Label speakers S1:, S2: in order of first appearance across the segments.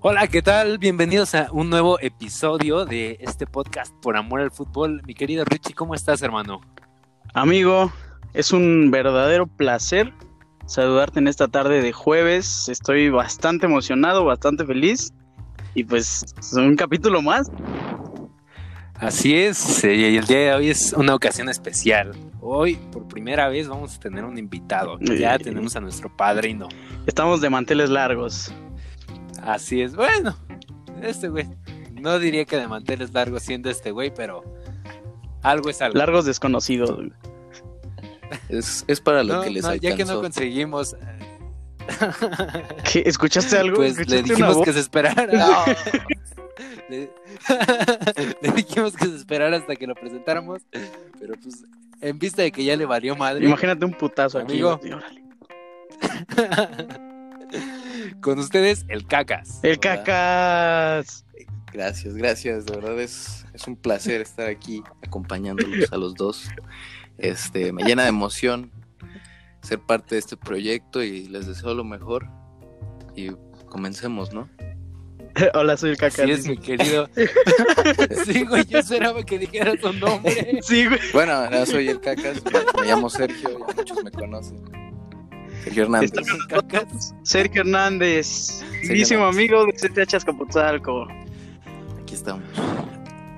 S1: Hola, ¿qué tal? Bienvenidos a un nuevo episodio de este podcast Por Amor al Fútbol. Mi querido Richie, ¿cómo estás, hermano?
S2: Amigo, es un verdadero placer saludarte en esta tarde de jueves. Estoy bastante emocionado, bastante feliz. Y pues, es un capítulo más.
S1: Así es, eh, y el día de hoy es una ocasión especial. Hoy, por primera vez, vamos a tener un invitado. Ya
S2: Eh.
S1: tenemos a nuestro padrino.
S2: Estamos de manteles largos.
S1: Así es, bueno, este güey. No diría que de manteles largos siendo este güey, pero algo es algo.
S2: Largos desconocidos. güey.
S3: Es, es para lo
S1: No,
S3: que les
S1: no, ya que no
S3: alcanzó.
S1: conseguimos, eh,
S2: ¿Qué? ¿Escuchaste algo?
S1: pues le
S2: ¿Escuchaste una
S1: dijimos
S2: voz?
S1: que se esperara. le, le dijimos que se esperara hasta que lo presentáramos, pero pues en vista de que ya le valió madre.
S2: Imagínate un putazo aquí.
S1: Amigo.
S2: güey. Órale.
S1: Con ustedes, el cacas.
S2: El cacas.
S3: Gracias, gracias. De verdad es, es un placer estar aquí acompañándolos a los dos. Este, me llena de emoción ser parte de este proyecto y les deseo lo mejor. Y comencemos, ¿no?
S2: Hola, soy el
S1: Así
S2: cacas.
S1: es, mi querido. sí, güey, yo esperaba que dijera tu nombre.
S2: Sí, güey.
S3: Bueno, no, soy el Cacas, me llamo Sergio, ya muchos me conocen. Sergio Hernández.
S2: Está con
S1: Cacas.
S2: nosotros Sergio Hernández, queridísimo
S3: Hernández.
S2: amigo de CTH Azcapotzalco.
S3: Aquí estamos.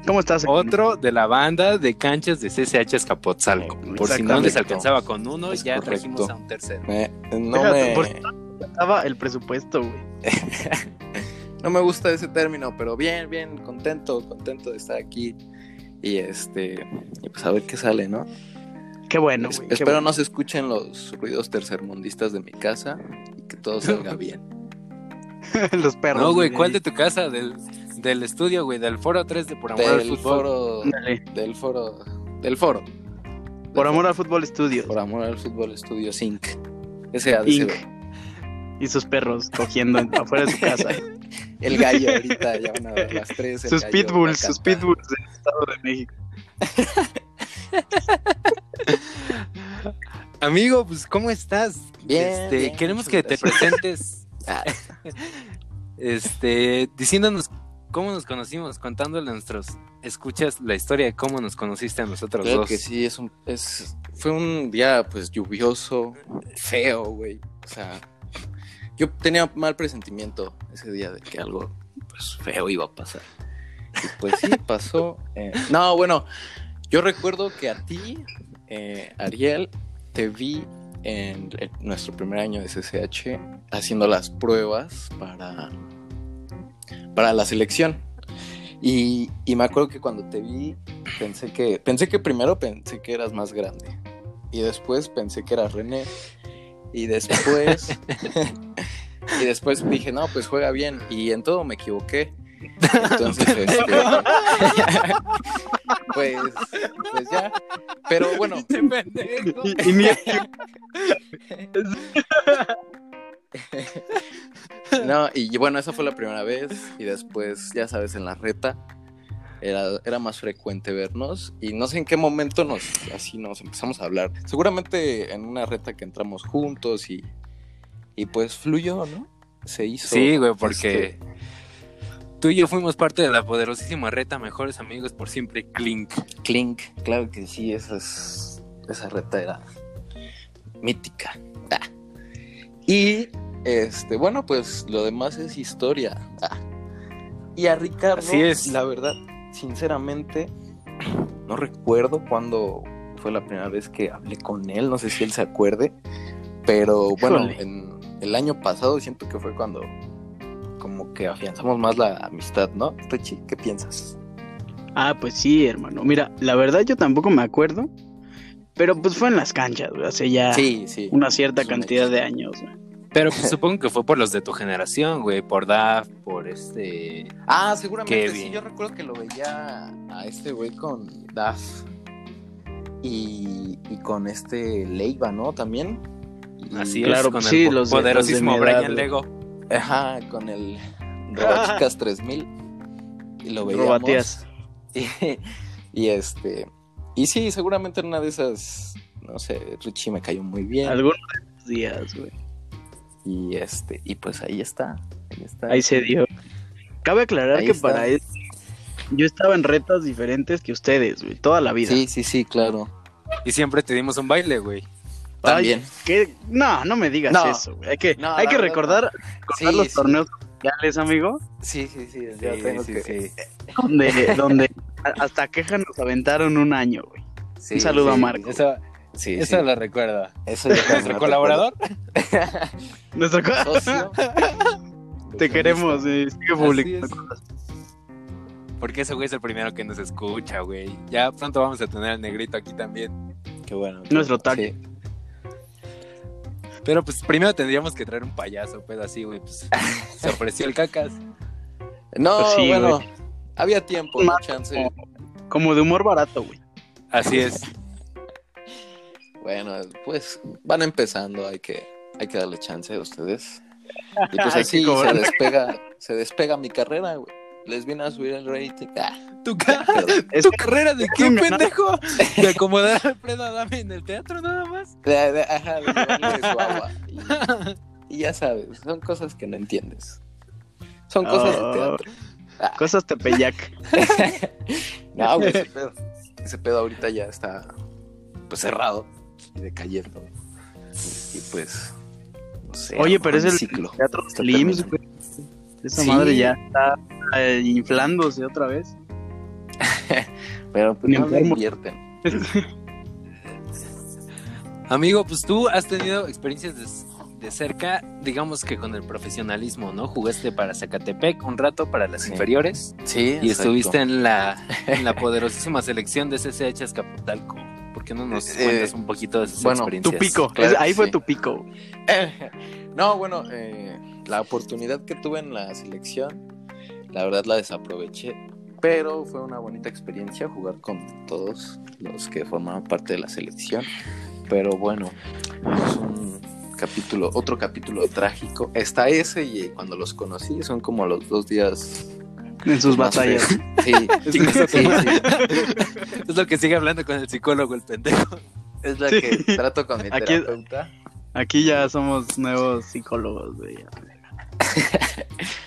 S2: ¿Cómo estás? Sergio?
S1: Otro de la banda de canchas de CCH Escapotzalco. Por si no les
S3: Exactamente.
S1: alcanzaba con uno,
S3: Es
S1: ya
S3: correcto.
S1: trajimos a un tercero.
S3: Me- no,
S2: Déjate,
S3: me,
S2: por favor, estaba el presupuesto, güey.
S3: no me gusta ese término, pero bien, bien, contento, contento de estar aquí. Y este, y pues a ver qué sale, ¿no?
S2: Qué bueno,
S3: Es-
S2: güey. qué
S3: espero
S2: bueno.
S3: no se escuchen los ruidos tercermundistas de mi casa y que todo salga bien.
S2: Los perros.
S1: No, güey, ¿cuál de tu casa? Del, del estudio, güey, del foro 3 de Por Amor al
S3: Del
S1: Fútbol.
S3: foro,
S2: Ándale.
S3: del foro, del foro.
S2: Por amor al fútbol estudio.
S3: Por amor al fútbol estudio Inc. S.A.D.C.B..
S2: Inc. Y sus perros cogiendo en- afuera de su casa.
S3: El gallo ahorita ya van a ver las tres. el
S2: sus
S3: gallo
S2: pitbulls,
S3: va a
S2: sus
S3: cantar.
S2: pitbulls del Estado de México.
S1: Amigo, pues, ¿cómo estás?
S3: Bien,
S1: Este,
S3: bien,
S1: queremos que
S3: muchas
S1: te
S3: gracias.
S1: presentes.
S3: Ah.
S1: este, diciéndonos cómo nos conocimos, contándole a nuestros escuchas la historia de cómo nos conociste a nosotros
S3: Creo
S1: dos.
S3: que sí, es un, es, fue un día pues lluvioso, feo, güey. O sea, yo tenía mal presentimiento ese día de que algo pues, feo iba a pasar. Y pues sí, pasó. eh, no, bueno, yo recuerdo que a ti, eh, Ariel, te vi en, el- nuestro primer año de CCH haciendo las pruebas para, para la selección. Y, y me acuerdo que cuando te vi pensé que pensé que primero pensé que eras más grande y después pensé que eras René y después y después dije no pues juega bien y en todo me equivoqué entonces este, pues pues ya pero bueno
S1: Este pendejo.
S2: Y, y ni
S3: no y bueno esa fue la primera vez y después ya sabes en la reta era, era más frecuente vernos y no sé en qué momento nos así nos empezamos a hablar. Seguramente en una reta que entramos juntos y, y pues fluyó, ¿no? Se hizo.
S1: Sí, güey,
S3: este,
S1: porque tú y yo fuimos parte de la poderosísima reta Mejores Amigos por Siempre Clink.
S3: Clink, claro que sí, esa, es- esa reta era mítica. Ah. Y, este, bueno, pues lo demás es historia. Ah. Y a Ricardo,
S1: Así es.
S3: la verdad, sinceramente, no recuerdo cuándo fue la primera vez que hablé con él, no sé si él se acuerde, pero bueno,
S2: Híjole.
S3: en el año pasado siento que fue cuando como que afianzamos más la amistad, ¿no? Richie, ¿qué piensas?
S2: Ah, pues sí, hermano. Mira, la verdad yo tampoco me acuerdo. Pero pues fue en las canchas, güey. Hace
S1: Ah.
S2: ya
S3: Sí, sí.
S2: una cierta
S3: es un
S2: cantidad
S3: hecho.
S2: de años. güey.
S1: Pero pues, supongo que fue por los de tu generación, güey, por Daft, por este...
S3: Ah, seguramente
S1: Qué bien.
S3: sí. Yo recuerdo que lo veía a este güey con Daf y, y con este Leiva, ¿no? También. Y-
S1: Así
S2: Claro, pues
S1: es, con
S2: sí,
S1: el
S2: los de-
S1: poderosísimo
S2: los de mi edad,
S1: Brian
S2: güey.
S1: Lego.
S3: Ajá, con el Robachicas 3000. Y lo veíamos.
S2: Robatías.
S3: Y, y este. Y sí, seguramente en una de esas. No sé, Richie me cayó muy bien.
S2: Algunos de esos días, güey.
S3: Y este. Y pues ahí está. Ahí está.
S2: Ahí se dio. Cabe aclarar
S3: Ahí
S2: que
S3: está.
S2: para eso yo estaba en retas diferentes que ustedes, güey, toda la vida.
S3: Sí, sí, sí, claro.
S1: Y siempre te dimos un baile, güey.
S2: Ay,
S3: También.
S2: ¿qué? No, no me digas
S3: No.
S2: eso, güey. Hay que,
S3: No,
S2: hay
S3: la
S2: que
S3: verdad,
S2: recordar, recordar
S3: Sí,
S2: los
S3: sí.
S2: torneos mundiales, amigo,
S3: Sí, sí, sí. ya
S1: Sí,
S3: tengo
S1: sí,
S3: que-
S1: sí.
S2: donde, donde a- hasta queja nos aventaron un año, güey.
S3: sí,
S2: Un saludo
S3: eh, sí,
S2: a Marco.
S1: Eso,
S3: Sí,
S1: eso
S3: sí.
S1: lo recuerda.
S3: Eso ya no
S1: Nuestro
S3: te
S1: colaborador.
S2: Nuestro co-
S3: acuerdas. Socio.
S2: te queremos,
S3: Así
S2: eh, sigue
S1: Así
S2: publicando
S1: es.
S2: cosas.
S1: Porque ese güey es el primero que nos escucha, güey. Ya pronto vamos a tener al negrito aquí también.
S3: Qué bueno.
S2: Nuestro target.
S3: Sí.
S1: Pero pues primero tendríamos que traer un payaso, pero así, güey. Pues, se ofreció el cacas.
S3: No,
S2: Pues sí,
S3: bueno. Había tiempo, no
S2: Marco.
S3: chance.
S2: Como de humor barato, güey.
S1: Así es.
S3: Bueno, pues van empezando, hay que, hay que darle chance a ustedes. Y pues
S2: Hay
S3: así
S2: que cobrar.
S3: se despega, se despega mi carrera, güey. Les viene a subir el rating. Ah,
S1: ¿Tu, ca-
S3: pero-
S2: Es
S1: tu carrera de qué
S2: no me-
S1: pendejo? De acomodar a Alfredo Adame en el teatro nada más.
S3: de- de- ajá, de llevarle su agua. Y, y ya sabes, son cosas que no entiendes. Son cosas
S2: Oh,
S3: de teatro. Ah.
S2: Cosas tepeyac.
S3: No, güey, ese pedo, ese pedo ahorita ya está pues cerrado y decayendo. Y pues, no sé. a
S2: Oye,
S3: lo
S2: pero es
S3: mejor
S2: el
S3: ciclo.
S2: teatro
S3: Está
S2: Slims, güey. Esa
S3: Sí.
S2: madre ya está eh, inflándose otra vez.
S3: Pero pues,
S2: Ni
S3: no le
S2: enfermo.
S3: invierten.
S1: Amigo, pues tú has tenido experiencias de, de cerca, digamos que con el profesionalismo, ¿no? Jugaste para Zacatepec un rato para las
S3: Sí.
S1: inferiores
S3: Sí,
S1: y estuviste en la, en la poderosísima selección de CCH Escapotalco. ¿Por qué no nos
S3: Eh,
S1: cuentas un poquito de esas
S3: bueno,
S2: Tu
S1: experiencias?
S2: pico.
S3: claro
S2: Es-
S3: que
S2: ahí fue
S3: sí.
S2: tu pico. güey.
S3: No, bueno, eh, la oportunidad que tuve en la selección, la verdad la desaproveché, pero fue una bonita experiencia jugar con todos los que formaban parte de la selección. Pero bueno, es un capítulo, otro capítulo trágico. Está ese y eh, cuando los conocí son como los dos días
S2: En sus
S3: más
S2: batallas.
S3: frescos. Sí,
S1: Chingas a tu
S3: sí,
S1: madre.
S3: sí.
S1: Es lo que sigue hablando con el psicólogo, el pendejo.
S3: es la
S2: Sí.
S3: que trato con mi
S2: Aquí-
S3: terapeuta.
S2: Aquí ya somos nuevos psicólogos, güey.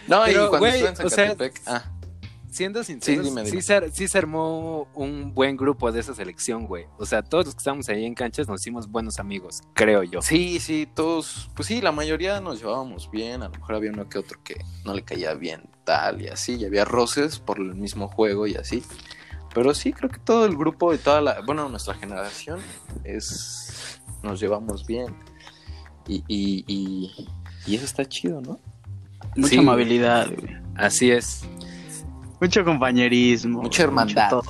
S3: No,
S1: Pero,
S3: y cuando
S1: güey,
S3: estuve en
S1: o sea,
S3: Zacatepec, ah,
S1: Siendo sinceros, sí,
S3: Sí, dime, dime.
S1: se, sí se armó un buen grupo de esa selección, güey. O sea, todos los que estábamos ahí en canchas nos hicimos buenos amigos, creo yo.
S3: Sí, sí, todos, pues sí, la mayoría nos llevábamos bien, a lo mejor había uno que otro que no le caía bien tal y así, y había roces por el mismo juego y así. Pero sí, creo que todo el grupo y toda la, bueno, nuestra generación es, nos llevamos bien. Y, y, y, y eso está chido, ¿no?
S2: Mucha
S1: Sí, güey.
S2: amabilidad, güey.
S1: Así es.
S2: Mucho compañerismo.
S3: Mucha
S2: güey,
S3: hermandad.
S2: todo.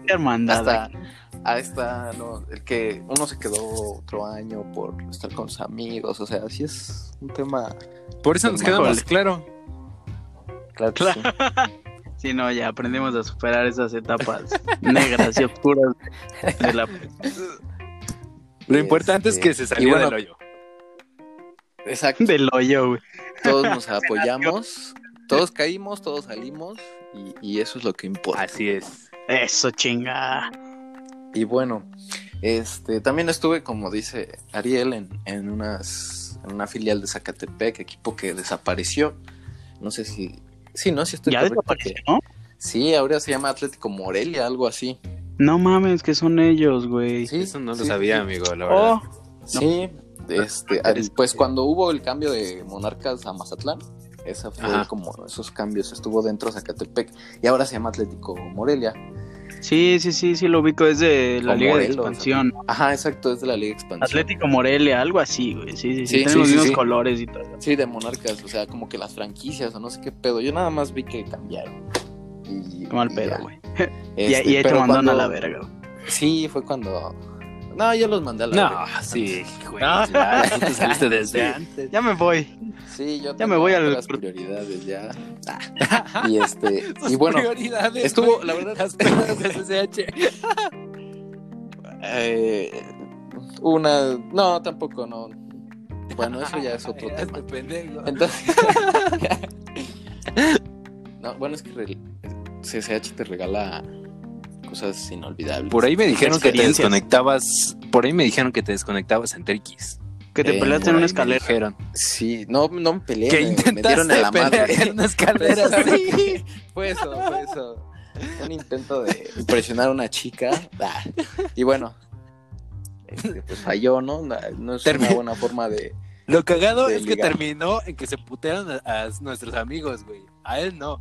S2: Mucha hermandad.
S3: Hasta,
S2: güey.
S3: hasta no, el que uno se quedó otro año por estar con sus amigos, o sea, sí es un tema...
S1: Por eso nos quedamos,
S2: Híjole.
S1: claro.
S3: Claro, que sí.
S2: Sí, no, ya aprendimos a superar esas etapas negras y oscuras de la...
S1: Lo importante es
S3: Este,
S1: que se
S3: y
S1: saliera
S3: bueno,
S1: del hoyo.
S3: Exacto.
S2: del hoyo, güey.
S3: todos nos apoyamos, todos caímos, todos salimos y, y eso es lo que importa.
S1: Así es.
S2: Eso, chinga.
S3: Y bueno, este también estuve, como dice Ariel, en, en unas, en una filial de Zacatepec, equipo que desapareció. No sé si... Sí, no, si estoy
S2: Ya
S3: correcto,
S2: desapareció,
S3: que-
S2: ¿no?
S3: Sí, ahora se llama Atlético Morelia, algo así.
S2: No mames, que son ellos, güey.
S3: Sí,
S1: Eso no lo
S3: sí,
S1: sabía,
S3: sí.
S1: amigo, la verdad.
S2: Oh,
S3: Sí, este, al- pues cuando hubo el cambio de Monarcas a Mazatlán, esa fue
S1: Ajá.
S3: como esos cambios, estuvo dentro Zacatepec y ahora se llama Atlético Morelia.
S2: sí, sí, sí, sí, lo ubico. Es de la
S3: O
S2: Liga de
S3: Morelos,
S2: Expansión.
S3: Ajá, exacto, es de la Liga de Expansión.
S2: Atlético Morelia, algo así, güey. Sí, sí, sí.
S3: Sí,
S2: Tienen
S3: sí,
S2: los
S3: sí,
S2: mismos
S3: sí.
S2: colores y todo.
S3: Sí, de Monarcas, o sea, como que las franquicias o no sé qué pedo. Yo nada más vi que cambiaron. Y,
S2: Qué mal
S3: y
S2: pedo,
S3: ya.
S2: güey. Y-
S3: Este,
S2: y ahí te
S3: pero
S2: mandaron
S3: cuando-
S2: a la verga, güey.
S3: Sí, fue cuando. No, yo los mandé a la
S1: No,
S3: verga.
S1: sí, güey.
S2: Ah.
S1: claro, tú te saliste desde antes.
S2: Ya me voy.
S3: Sí, yo
S2: me voy al-
S3: las prioridades ya. Ah. Y este, y bueno,
S1: prioridades,
S3: estuvo,
S1: güey,
S3: la verdad,
S1: las pedas de SSH.
S3: eh, una, no, tampoco, no. Bueno, eso ya es otro tema.
S1: Este pendejo.
S3: Entonces. no, bueno, es que re- CCH te regala cosas inolvidables.
S1: Por ahí me dijeron que te
S2: Experiencias.
S1: desconectabas. Por ahí me dijeron que te desconectabas en Terquis.
S2: Que te
S3: Eh,
S2: peleaste en
S3: por ahí me
S2: una escalera.
S1: Dijeron
S3: Sí, no, no me peleé.
S1: que
S3: me- me dieron a
S1: intentaste
S3: la
S1: pelear
S3: madre.
S1: en una escalera. sí.
S3: Fue eso, fue eso. Un intento de impresionar a una chica. bah. Y bueno, este, pues falló, ¿no? No no es
S1: Termi-
S3: una buena forma de.
S1: Lo cagado
S3: De
S1: es que
S3: ligar.
S1: terminó en que se putearon a, a nuestros amigos, güey. A él no.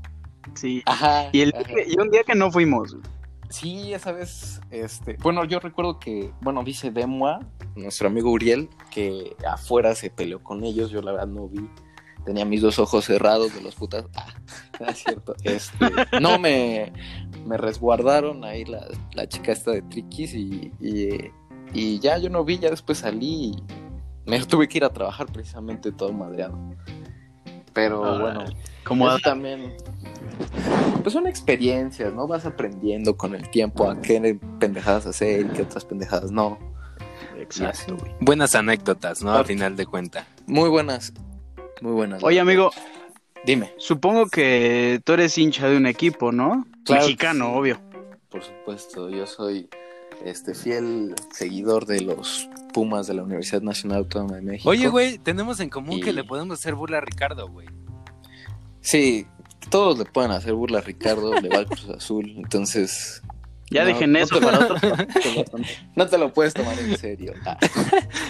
S2: Sí.
S3: Ajá.
S2: Y, el,
S3: Ah, ajá.
S2: y un día que no fuimos. güey.
S3: Sí, esa vez, este, bueno, yo recuerdo que, bueno, dice Demua, nuestro amigo Uriel, que afuera se peleó con ellos, yo la verdad no vi, tenía mis dos ojos cerrados de los putas, ah, no es cierto, este, no, me, me resguardaron ahí la, la chica esta de Triquis y, y, y ya yo no vi, ya después salí y me tuve que ir a trabajar precisamente todo madreado, pero
S2: Ah,
S3: bueno,
S2: Como
S3: eso también. Pues son experiencias, ¿no? Vas aprendiendo con el tiempo a qué pendejadas hacer y qué otras pendejadas no.
S2: Exacto, güey.
S1: Buenas anécdotas, ¿no? Al final de cuenta.
S3: Muy buenas. Muy buenas.
S2: Oye, amigo,
S3: Dime.
S2: supongo que tú eres hincha de un equipo, ¿no?
S3: Claro que
S2: Mexicano,
S3: sí.
S2: obvio.
S3: Por supuesto, yo soy este fiel seguidor de los Pumas de la Universidad Nacional Autónoma de México.
S1: Oye, güey, tenemos en común que
S3: Y-
S1: le podemos hacer burla a Ricardo, güey.
S3: Sí, todos le pueden hacer burla a Ricardo, le va al Cruz Azul, entonces...
S2: Ya
S3: no,
S2: dejen
S3: no
S2: eso
S3: te lo-
S2: para otro.
S3: No te lo puedes tomar en serio. Ah,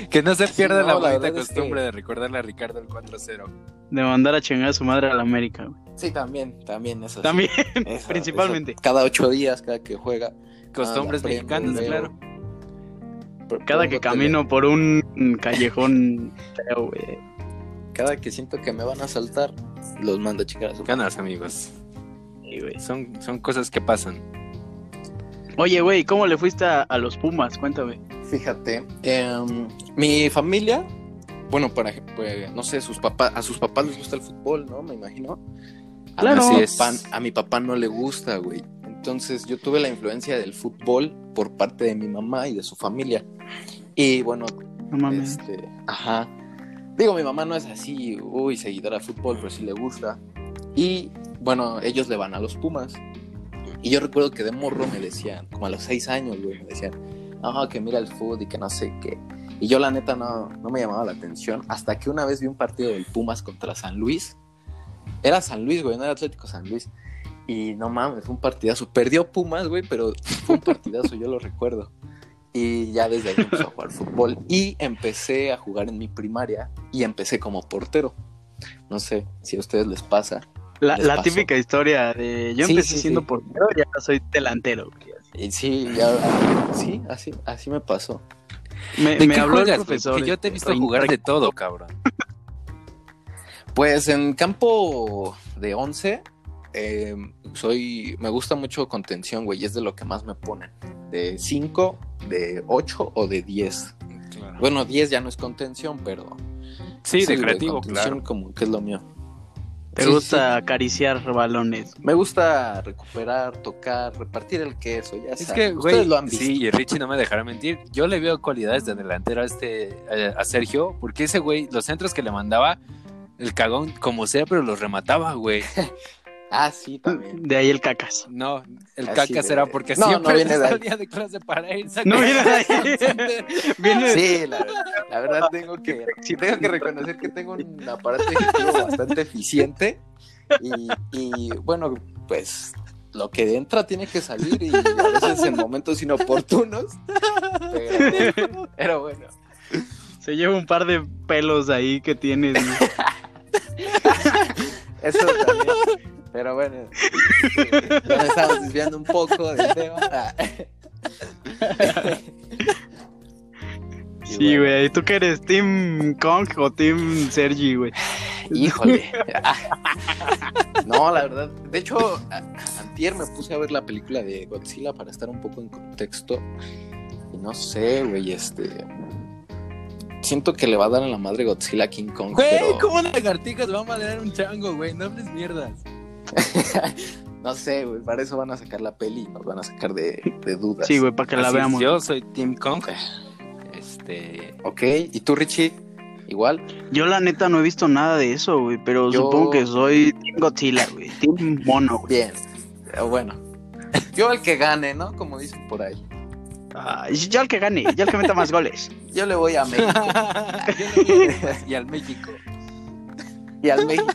S1: Que no se pierda la
S3: no, la
S1: bonita
S3: verdad es
S1: costumbre
S3: que-
S1: de recordarle a Ricardo el 4-0.
S2: De mandar a chingar a su madre a la América, güey.
S3: sí, también, también eso. sí.
S2: También,
S3: Eso-
S2: principalmente.
S3: eso cada ocho días, cada que juega.
S1: Costumbres
S3: Ah, la prendo,
S1: mexicanas,
S3: veo.
S1: claro.
S3: Por-
S2: Cada
S3: por
S2: que
S3: un
S2: camino por un callejón feo, güey.
S3: hotel, Cada que siento que me van a saltar, los mando a chingar a su
S1: Ganas, amigos.
S2: Sí, güey.
S1: Son, son cosas que pasan.
S2: Oye, güey, ¿cómo le fuiste a, a los Pumas? Cuéntame.
S3: Fíjate, em, mi familia, bueno, para ej- pues, no sé, sus papás, a sus papás les gusta el fútbol, ¿no? Me imagino. A,
S2: Claro.
S3: mi
S1: Así es.
S3: papá- a mi papá no le gusta, güey. Entonces yo tuve la influencia del fútbol por parte de mi mamá y de su familia. Y bueno,
S2: No mames.
S3: Este, ajá. Digo, mi mamá no es así, uy, seguidora de fútbol, pero sí le gusta. Y bueno, ellos le van a los Pumas. Y yo recuerdo que de morro me decían, como a los seis años, güey, me decían, ah, que mira el fútbol y que no sé qué. Y yo la neta no, no me llamaba la atención hasta que una vez vi un partido del Pumas contra San Luis. Era San Luis, güey, no era Atlético San Luis. Y no mames, fue un partidazo. Perdió Pumas, güey, pero fue un partidazo, yo lo recuerdo. Y ya desde ahí empecé a jugar fútbol. Y empecé a jugar en mi primaria y empecé como portero. No sé si a ustedes les pasa.
S2: La,
S3: les
S2: la
S3: pasó.
S2: típica historia de yo
S3: Sí,
S2: empecé
S3: sí,
S2: siendo
S3: sí.
S2: portero y ahora soy delantero. güey.
S3: Y sí, ya- sí, así, así me pasó.
S2: Me,
S1: ¿De
S2: me
S1: qué
S2: habló
S1: juegas,
S2: el
S1: güey?
S2: profesor.
S1: Porque yo te he
S2: este,
S1: visto
S2: Rein-
S1: jugar de todo, cabrón.
S3: Pues en campo de 11, eh, soy, me gusta mucho contención, güey, y es de lo que más me ponen. De 5, de 8 o de 10. Bueno, 10 ya no es contención, pero...
S1: Sí, de
S3: güey,
S1: creativo,
S3: contención
S1: claro.
S3: como que es lo mío.
S2: Te
S3: Sí,
S2: gusta acariciar balones.
S3: Me gusta recuperar, tocar, repartir el queso, ya
S1: Es
S3: saben.
S1: que,
S3: Ustedes
S1: güey,
S3: lo han visto.
S1: sí, y Richie no me dejará mentir. Yo le veo cualidades de delantero a este, eh, a Sergio, porque ese güey, los centros que le mandaba, el cagón, como sea, pero los remataba, güey.
S3: Ah, sí, también.
S2: De ahí el cacas.
S1: No, el
S3: Así
S1: caca
S3: de-
S1: será porque
S3: No, no
S1: siempre
S3: viene
S1: se
S3: de ahí.
S1: salía de clase para irse.
S2: No, viene de ahí. Viene
S3: Sí, la, la verdad tengo que, tengo que reconocer que tengo un aparato digestivo bastante eficiente y, y, bueno, pues lo que entra tiene que salir y a veces en momentos inoportunos, pero, pero bueno.
S2: Se lleva un par de pelos ahí que tienes. güey.
S3: Eso también. Pero bueno, ya nos estamos desviando un poco del tema. Y
S2: Sí,
S3: bueno.
S2: güey. ¿Tú qué eres? ¿Team Kong o Team Sergi, güey?
S3: Híjole. No, la verdad. De hecho, a- antier me puse a ver la película de Godzilla para estar un poco en contexto. Y no sé, güey, este... Siento que le va a dar en la madre Godzilla a King Kong,
S1: Güey,
S3: pero
S1: ¿cómo lagartijas va a madrear un chango, güey? No hables mierdas.
S3: no sé, güey, para eso van a sacar la peli y nos van a sacar de, de dudas.
S2: Sí, güey, para que la
S1: Así es,
S2: veamos.
S1: Yo soy Team Kong.
S3: Eh.
S1: Este.
S3: Ok, ¿y tú, Richie? Igual.
S2: Yo la neta no he visto nada de eso, güey, pero
S3: Yo-
S2: supongo que soy Team Godzilla, güey, Team Mono, güey.
S3: Bien. Eh, Bueno. Yo el que gane, ¿no? Como dicen por ahí.
S2: Ah, yo el que gane, yo el que meta más goles.
S3: Yo le voy a México
S1: Yo le voy a Chivas y al México.
S3: y al México.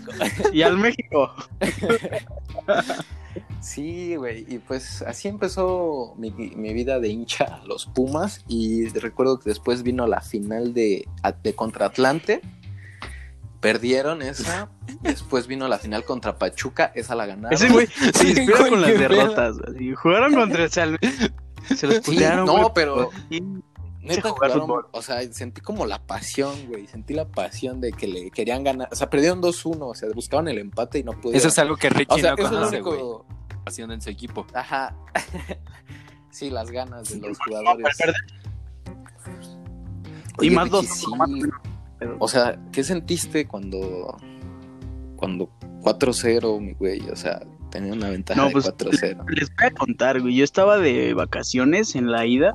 S2: Y al México.
S3: Sí, güey. Y pues así empezó mi, mi vida de hincha a los Pumas. Y recuerdo que después vino la final de, de contra Atlante. Perdieron esa. Después vino la final contra Pachuca. Esa la ganaron.
S2: Ese güey se
S1: Sí,
S2: inspira
S1: güey,
S2: con las
S1: qué pedo.
S2: derrotas. güey. Jugaron contra el San Luis. Se los
S3: Sí,
S2: putearon.
S3: no,
S2: güey.
S3: pero-
S2: Sí.
S3: Neta
S2: Sí, jugar
S3: jugaron-
S2: fútbol.
S3: o sea, sentí como la pasión, güey. Sentí la pasión de que le querían ganar. O sea, perdieron 2-1, o sea, buscaban el empate y no pudieron.
S1: Eso es algo que Richie
S3: o sea,
S1: no
S3: eso es lo
S1: conoce,
S3: único.
S1: güey. Haciendo en su equipo.
S3: Ajá. sí, las ganas de
S2: No,
S3: los
S2: para
S3: jugadores.
S2: perder, Y
S3: Oye,
S2: más
S3: Ricky,
S2: dos,
S3: sí.
S2: como más o menos. pero-
S3: O sea, ¿qué sentiste cuando cuando 4-0, mi güey? O sea, tenía una ventaja
S2: No,
S3: de
S2: pues,
S3: 4-0.
S2: Les voy a contar, güey. Yo estaba de vacaciones en la ida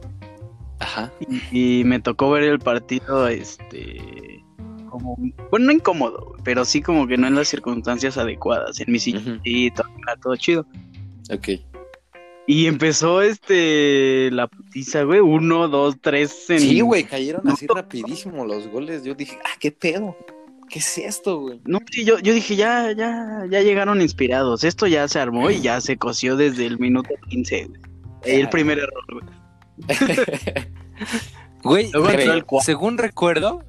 S3: Ajá.
S2: y me tocó ver el partido, este, como, bueno, no incómodo, güey, pero sí como que no en las circunstancias adecuadas, en mi
S3: Ujú.
S2: sillito, acá, todo chido.
S3: Ok.
S2: Y empezó, este, la putiza, güey, uno, dos, tres. En...
S3: Sí, güey, cayeron así rapidísimo los goles. Yo dije, ah, qué pedo. ¿Qué es esto, güey?
S2: No, sí, yo, yo dije, ya, ya, ya llegaron inspirados. Esto ya se armó y ya se coció desde el minuto 15. güey. El
S3: Ah.
S2: primer error, güey.
S1: Güey,
S2: Luego
S3: entró
S1: re-
S2: el cuarto.
S1: según recuerdo,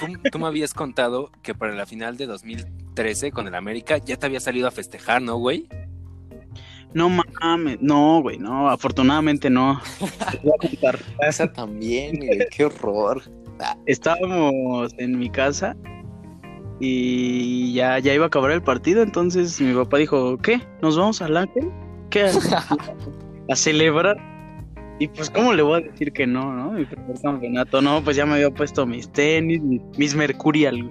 S1: tú, tú me habías contado que para la final de 2013 con el América ya te había salido a festejar, ¿no, güey?
S2: No mames, no, güey, no, afortunadamente no. Les voy a contar.
S3: Esa también, güey, qué horror.
S2: Estábamos en mi casa y ya, ya iba a acabar el partido, entonces mi papá dijo, ¿qué? ¿Nos vamos al ángel? ¿Qué? a celebrar. Y pues, ¿cómo le voy a decir que no, no? Mi primer campeonato, no, pues ya me había puesto mis tenis, mis, mis Mercurial, güey,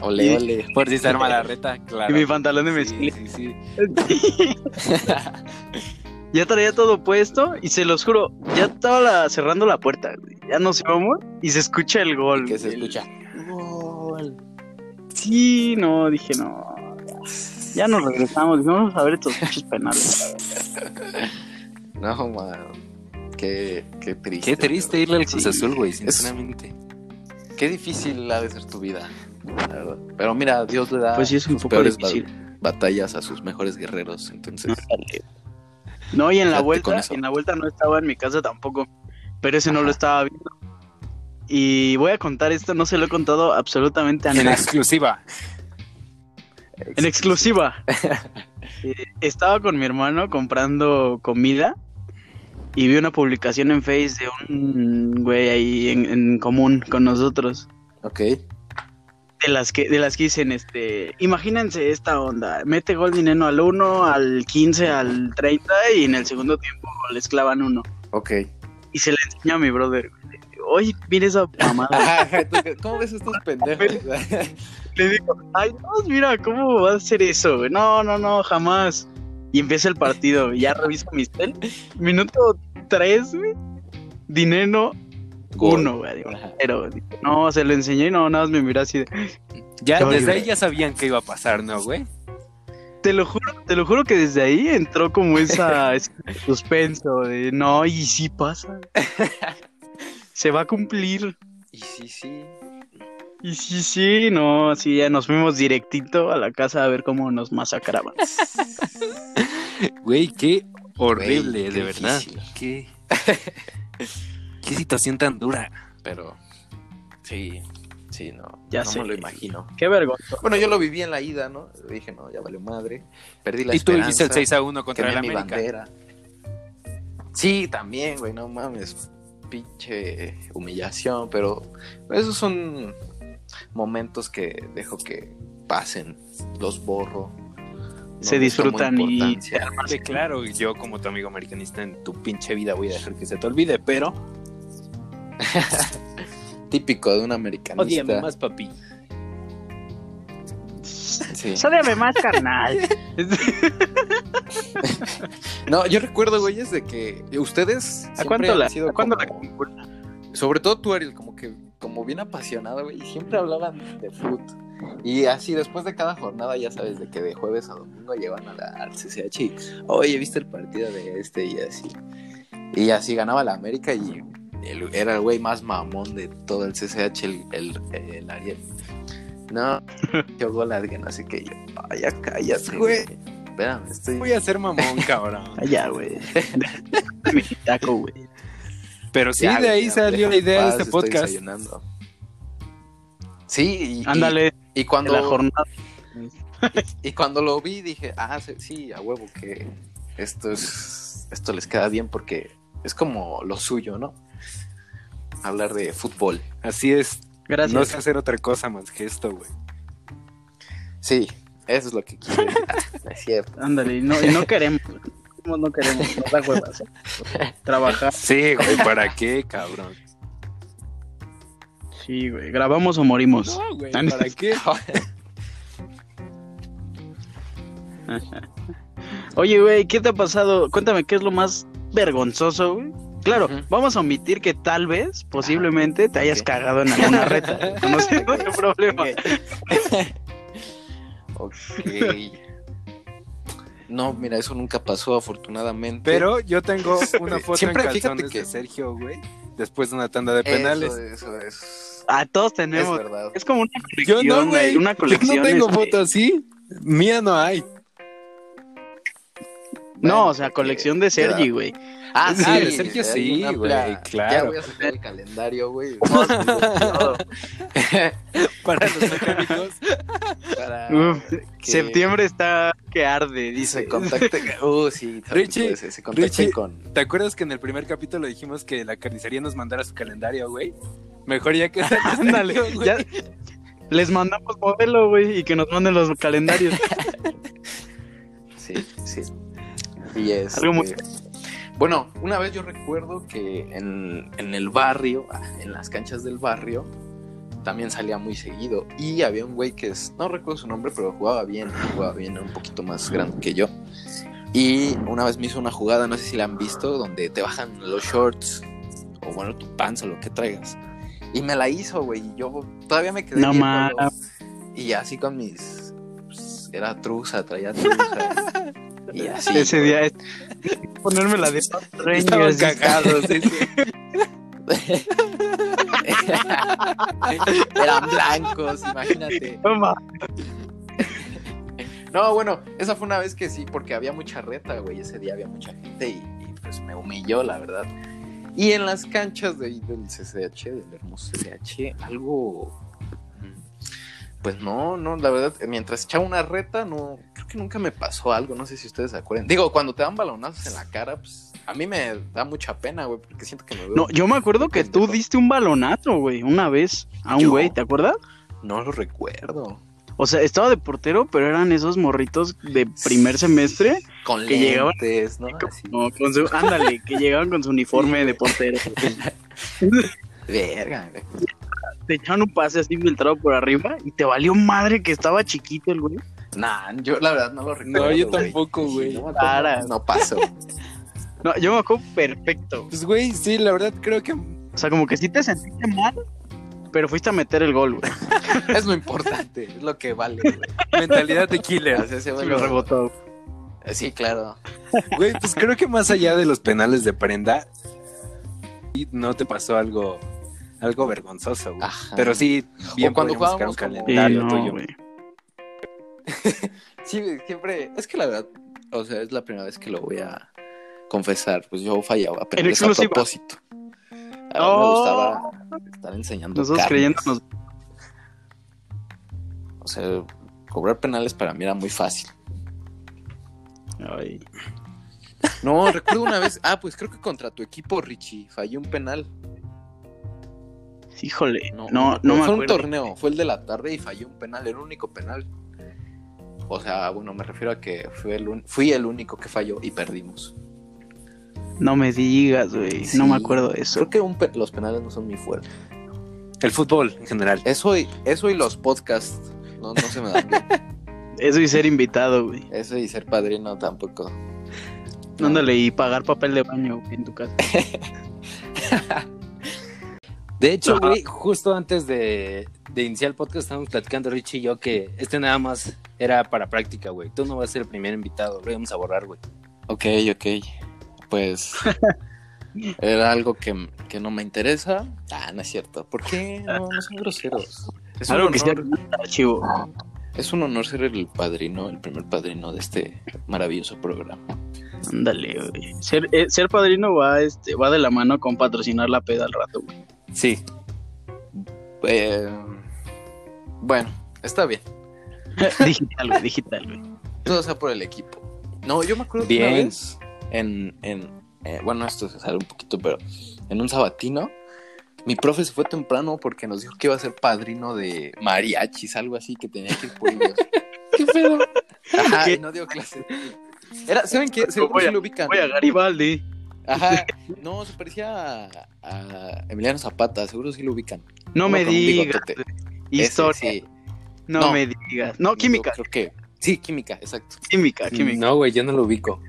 S3: Ole, ole.
S1: Por si se arma la reta, claro.
S2: y mi pantalón de
S1: sí,
S2: mezclilla.
S1: sí, sí.
S2: ya traía todo puesto y se los juro, ya estaba la- cerrando la puerta, güey, ya nos íbamos y se escucha el gol.
S3: Que se
S2: güey.
S3: escucha.
S2: Sí, no, dije no. Ya nos regresamos, dije, vamos a ver estos muchos penales.
S3: No, man. Qué, qué triste.
S1: Qué triste irle al Cruz
S2: Sí.
S1: Azul, güey, sinceramente.
S3: Qué difícil ha de ser tu vida. la verdad. Pero mira, Dios le da
S2: Pues sí, es un
S3: sus
S2: poco
S3: Ah, peores
S2: difícil.
S3: ba- batallas a sus mejores guerreros. Entonces,
S2: No, y en la
S3: Fíjate con
S2: vuelta,
S3: eso.
S2: en la vuelta no estaba en mi casa tampoco, pero ese no lo estaba viendo. Y voy a contar esto, no se lo he contado absolutamente a
S1: En
S2: nadie.
S1: exclusiva.
S2: Ah, En exclusiva. Eh, Estaba con mi hermano comprando comida y vi una publicación en Face de un güey ahí en, en común con nosotros.
S3: ok.
S2: De las que, de las que dicen, este, imagínense esta onda, mete gol dinero al 1, al 15, al 30 y en el segundo tiempo les clavan uno.
S3: Ok.
S2: Y se la enseña a mi brother. güey. Oye, mira esa mamada.
S3: Ajá, ajá, entonces, ¿Cómo ves estos pendejos?
S2: Le digo, ay, no, mira, ¿cómo va a hacer eso? güey? No, no, no, jamás. Y empieza el partido, ya reviso mi tel. Minuto 3, güey. Dinero
S3: Gol.
S2: 1, güey. digo,
S3: Ajá.
S2: Pero, no, se lo enseñé y no, nada más me miró así de,
S1: Ya,
S2: Yo
S1: desde
S2: lloré.
S1: ahí ya sabían que iba a pasar, ¿no, güey?
S2: Te lo juro, te lo juro que desde ahí entró como esa ese suspenso de no, y sí pasa. Se va a cumplir.
S3: Y sí, sí.
S2: Y sí, sí, no, sí, ya nos fuimos directito a la casa a ver cómo nos masacraban.
S1: Güey, qué horrible,
S3: Güey, qué
S1: de verdad.
S3: difícil.
S1: Qué... qué situación tan dura.
S3: Pero, sí. Sí, no.
S2: Ya
S3: no
S2: sé.
S3: me lo imagino.
S2: Qué vergüenza.
S3: Bueno, yo lo viví en la ida, ¿no? Dije, no, ya valió madre. Perdí la
S1: y tú
S3: esperanza.
S1: hiciste el 6 a 1 contra
S3: Quemé
S1: el
S3: mi
S1: América.
S3: bandera. Sí, también, güey, no mames. Pinche humillación, pero esos son momentos que dejo que pasen, los borro. No
S2: Se
S3: les tomo
S2: disfrutan y-
S3: importancia.
S1: Sí, claro, y yo como tu amigo americanista en tu pinche vida voy a dejar que se te olvide, pero...
S3: Típico de un americanista.
S1: Odíame más, papi.
S3: Sí.
S2: Sódeme más, carnal.
S3: No, yo recuerdo, güey, es de que ustedes
S2: ¿A
S3: siempre
S2: cuánto
S3: han
S2: la,
S3: sido
S2: ¿a cuánto la
S3: como-
S2: calculas?
S3: Sobre todo tú, Ariel, como que como bien apasionado, güey, y siempre hablaban de foot. Y así, después de cada jornada, ya sabes, de que de jueves a domingo llevan a la, al CCH y, oye, ¿viste el partido de este? Y así. Y así ganaba la América y el- era el güey más mamón de todo el CCH, el, el, el Ariel. No, yo gol alguien, así que yo, ay, ya cállate,
S1: Güey.
S3: güey. Espérame, estoy...
S1: Voy a ser mamón, cabrón.
S2: Allá, güey. Mi taco, güey.
S1: Pero sí,
S3: Ya,
S1: de ahí
S3: ya,
S1: salió
S3: déjame
S1: la idea
S3: en
S1: de
S3: paz,
S1: este
S3: estoy
S1: podcast.
S3: desayunando. Sí, y- y,
S2: Ándale,
S3: Y,
S2: de
S3: cuando
S2: la jornada.
S3: Y cuando lo vi dije, ah, sí, sí, a huevo que esto es, esto les queda bien porque es como lo suyo, ¿no? Hablar de fútbol.
S1: Así es.
S2: Gracias.
S1: No sé hacer otra cosa más que esto, güey.
S3: Sí, eso es lo que quiero. es cierto.
S2: Ándale, y no, y no queremos. güey. No, no queremos, nos da huevas. eh. Trabajar,
S1: Sí, güey, ¿para qué, cabrón?
S2: sí, güey. Grabamos o morimos. Ah,
S1: No, güey,
S2: ¿para
S1: ¿para qué?
S2: Oye, güey, ¿qué te ha pasado? Cuéntame, ¿qué es lo más vergonzoso, güey? Claro,
S3: Ujú. Ah,
S2: vamos a omitir que tal vez, posiblemente, te hayas
S3: ok.
S2: cagado en alguna reta. güey. No sé, no hay problema.
S3: Ok. No, mira, eso nunca pasó, afortunadamente.
S1: Pero yo tengo una foto
S3: Siempre
S1: en
S3: fíjate
S1: calzones
S3: que-
S1: de Sergio, güey, después de una tanda de
S3: Eso,
S1: penales.
S3: Eso, es.
S2: A todos
S3: Es
S2: tenemos.
S3: verdad.
S2: Es como una
S1: Yo
S2: colección.
S1: no, güey.
S2: güey, Una colección.
S1: Yo no tengo
S2: este,
S1: foto así. Mía no hay.
S2: No, o sea,
S3: Porque-
S2: colección de Sergi, güey.
S3: Ah,
S1: Sí,
S3: sí,
S1: de Sergio
S3: hay
S1: sí,
S3: una
S1: güey,
S3: amplia- Ya
S1: claro.
S3: voy a sacar el calendario, güey.
S1: Para los mecánicos.
S3: Para
S2: Uf,
S3: que
S2: Septiembre está que arde, dice.
S3: Se contacten. Uh, sí, también
S1: Richie,
S3: puede ser, se contacten
S1: Richie.
S3: con.
S1: ¿Te acuerdas que en el primer capítulo dijimos que la carnicería nos mandara su calendario, güey? Mejor ya que
S2: Ándale, ya les mandamos modelo, güey, y que nos manden los calendarios.
S3: Sí, sí. Y es.
S2: Algo muy-
S3: Bueno, una vez yo recuerdo que en, en el barrio, ah, en las canchas del barrio, también salía muy seguido. Y había un güey que es, no recuerdo su nombre, pero jugaba bien, jugaba bien, era un poquito más grande que yo. Y una vez me hizo una jugada, no sé si la han visto, donde te bajan los shorts o bueno, tu panza, lo que traigas. Y me la hizo, güey, y yo todavía me quedé
S2: No
S3: viéndolo.
S2: mames.
S3: Y así con mis pues, era truza, traía truza. y así.
S2: Ese día es ponerme la de
S1: Estaban
S2: Rangers.
S1: cagados. sí, sí.
S3: Eran blancos, imagínate.
S2: Toma.
S3: No, bueno, esa fue una vez que sí, porque había mucha reta, güey. Ese día había mucha gente y, y, pues me humilló, la verdad. Y en las canchas de ahí del CCH, del hermoso CCH, algo. mm, Pues no, no, la verdad, mientras echaba una reta, no, creo que nunca me pasó algo, no sé si ustedes se acuerdan. Digo, cuando te dan balonazos en la cara, pues a mí me da mucha pena, güey, porque siento que me veo.
S2: No, yo me acuerdo que tú diste un balonazo, güey, una vez a un
S3: Yo.
S2: güey, ¿te acuerdas?
S3: No lo recuerdo.
S2: O sea, estaba de portero, pero eran esos morritos de primer semestre.
S3: Con
S2: Que llegaban-
S3: lentes, ¿no? Así.
S2: No, con su, ándale, que llegaban con su uniforme de portero.
S3: Verga, güey.
S2: Te echaban un pase así filtrado por arriba y te valió madre que estaba chiquito el güey.
S3: Nah, yo la verdad no lo recuerdo.
S1: No, yo
S3: güey.
S1: tampoco,
S3: Dije,
S1: güey.
S3: No, pues,
S2: Para.
S3: no, no pasó.
S2: No, yo me acuerdo perfecto.
S1: Pues, güey, sí, la verdad creo que
S2: O sea, como que sí te sentiste mal, pero fuiste a meter el gol, güey.
S3: Es lo importante, es lo que vale. güey.
S1: mentalidad de killer.
S3: O sea, ese güey
S2: Lo
S3: lo-
S2: rebotó.
S3: Sí, claro.
S1: Güey, pues creo que más allá de los penales de prenda, y no te pasó algo algo vergonzoso, güey.
S3: Ajá.
S1: Pero sí, bien
S3: O cuando
S1: podríamos sacar un
S3: jugábamos como-
S2: Sí,
S1: calendario
S2: no,
S1: tuyo.
S2: güey.
S3: Sí, güey, siempre. Es que la verdad, o sea, es la primera vez que lo voy a confesar. Pues yo fallaba, pero
S2: En
S3: es a
S2: exclusiva.
S3: propósito. A mí
S2: Oh.
S3: me gustaba estar enseñando.
S2: Nosotros
S3: carnes.
S2: creyéndonos.
S3: O sea, cobrar penales para mí era muy fácil.
S2: Ay.
S3: No, recuerdo una vez. Ah, pues creo que contra tu equipo, Richie, fallé un penal.
S2: Híjole, no,
S3: No,
S2: no, me
S3: fue un
S2: acuerdo.
S3: torneo, fue el de la tarde y fallé un penal, el único penal. O sea, bueno, me refiero a que fui el, un- fui el único que falló y perdimos.
S2: No me digas, güey. No
S3: Sí.
S2: me acuerdo de eso.
S3: Creo que un pe- los penales no son mi fuerte.
S1: El fútbol en general.
S3: Eso y, eso y los podcasts no, no se me dan bien.
S2: Eso y ser invitado, güey.
S3: Eso y ser padrino tampoco. No.
S2: Ándale, y pagar papel de baño güey, en tu casa.
S1: De hecho,
S2: Ajá.
S1: güey, justo antes de, de iniciar el podcast estábamos platicando Richie y yo que este nada más era para práctica, güey. Tú no vas a ser el primer invitado, lo íbamos a borrar, güey.
S3: Ok, ok. Pues. Era algo que, que no me interesa. Ah, no es cierto. ¿Por qué? No, no son groseros. Es un,
S2: Algo que sea
S3: honor,
S2: archivo.
S3: es un honor ser el padrino, el primer padrino de este maravilloso programa.
S2: Ándale, güey. Ser, eh, ser padrino va, este, va de la mano con patrocinar la peda al rato, güey.
S3: Sí. Eh, bueno, está bien.
S2: digital, güey, digital, güey.
S3: Todo sea por el equipo. No, yo me acuerdo que una
S1: Bien.
S3: vez en, en eh, bueno, esto se sale un poquito, pero en un sabatino, mi profe se fue temprano porque nos dijo que iba a ser padrino de mariachis, algo así, que tenía que ir por ellos.
S1: ¿Qué pedo?
S3: Ajá,
S2: ¿Qué?
S3: y no dio clase. Era, ¿saben qué? Seguro
S2: Voy a-
S3: sí lo ubican.
S2: Voy a Garibaldi.
S3: Ajá. No, se parecía a, a Emiliano Zapata, seguro sí lo ubican.
S2: No
S3: Uno
S2: me
S3: con un
S2: digas.
S3: bigotote. Ese,
S2: Historia.
S3: sí.
S2: No,
S3: No.
S2: me digas. No,
S3: Yo
S2: química,
S3: Creo que... Sí, química, exacto.
S2: química, química.
S1: No, güey, yo no lo ubico.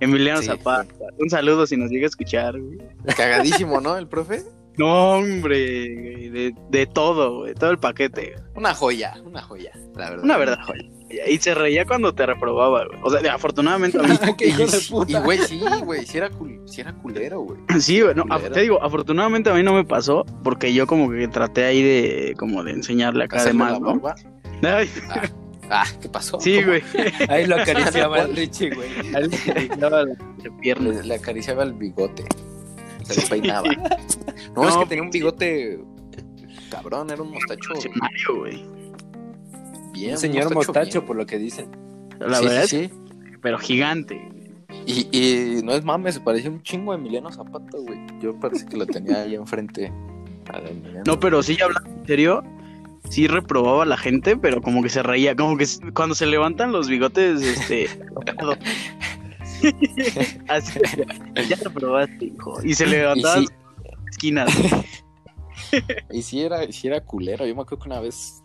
S2: Emiliano
S3: Sí.
S2: Zapata. Un saludo si nos llega a escuchar, güey.
S3: Cagadísimo, ¿no? El profe.
S2: No, hombre, güey, de, de todo, güey, todo el paquete. güey.
S3: Una joya, una joya, la verdad.
S2: Una verdad, joya. Y se reía cuando te reprobaba, güey. O sea, de- afortunadamente a mí.
S1: Ah, ¿Qué hijo de
S3: Y
S1: puta?
S3: güey, sí, güey, si era, cul- sí era culero, güey.
S2: Sí, güey, no, af-
S3: Culero.
S2: te digo, afortunadamente a mí no me pasó, porque yo como que traté ahí de, como de enseñarle acá de
S3: Hacerle
S2: más,
S3: la
S2: ¿no?
S3: barba.
S2: Ay,
S3: Ah, ¿qué pasó?
S2: sí,
S3: ¿Cómo?
S2: güey.
S1: Ahí lo acariciaba el Richie, güey.
S2: Ahí le picaba la pierna.
S3: Le, le acariciaba el bigote. Se lo peinaba. No,
S2: No,
S3: es que tenía un bigote cabrón, era un mostacho
S2: Mario, güey.
S3: bien.
S1: Un señor mostacho,
S3: bien.
S1: por lo que dicen.
S2: La
S3: Sí, sí,
S2: verdad, es
S3: sí.
S2: que- pero gigante.
S3: Y, y no es mames, se parecía un chingo a Emiliano Zapata, güey. Yo parece que lo tenía ahí enfrente. A la Emiliano.
S2: No, pero sí, ya hablando en serio, sí reprobaba a la gente, pero como que se reía, como que s- cuando se levantan los bigotes, este... así, ya reprobaste, hijo. Y se
S3: y
S2: levantaban
S3: sí,
S2: las esquinas.
S3: y sí era, sí era culero. Yo me acuerdo que una vez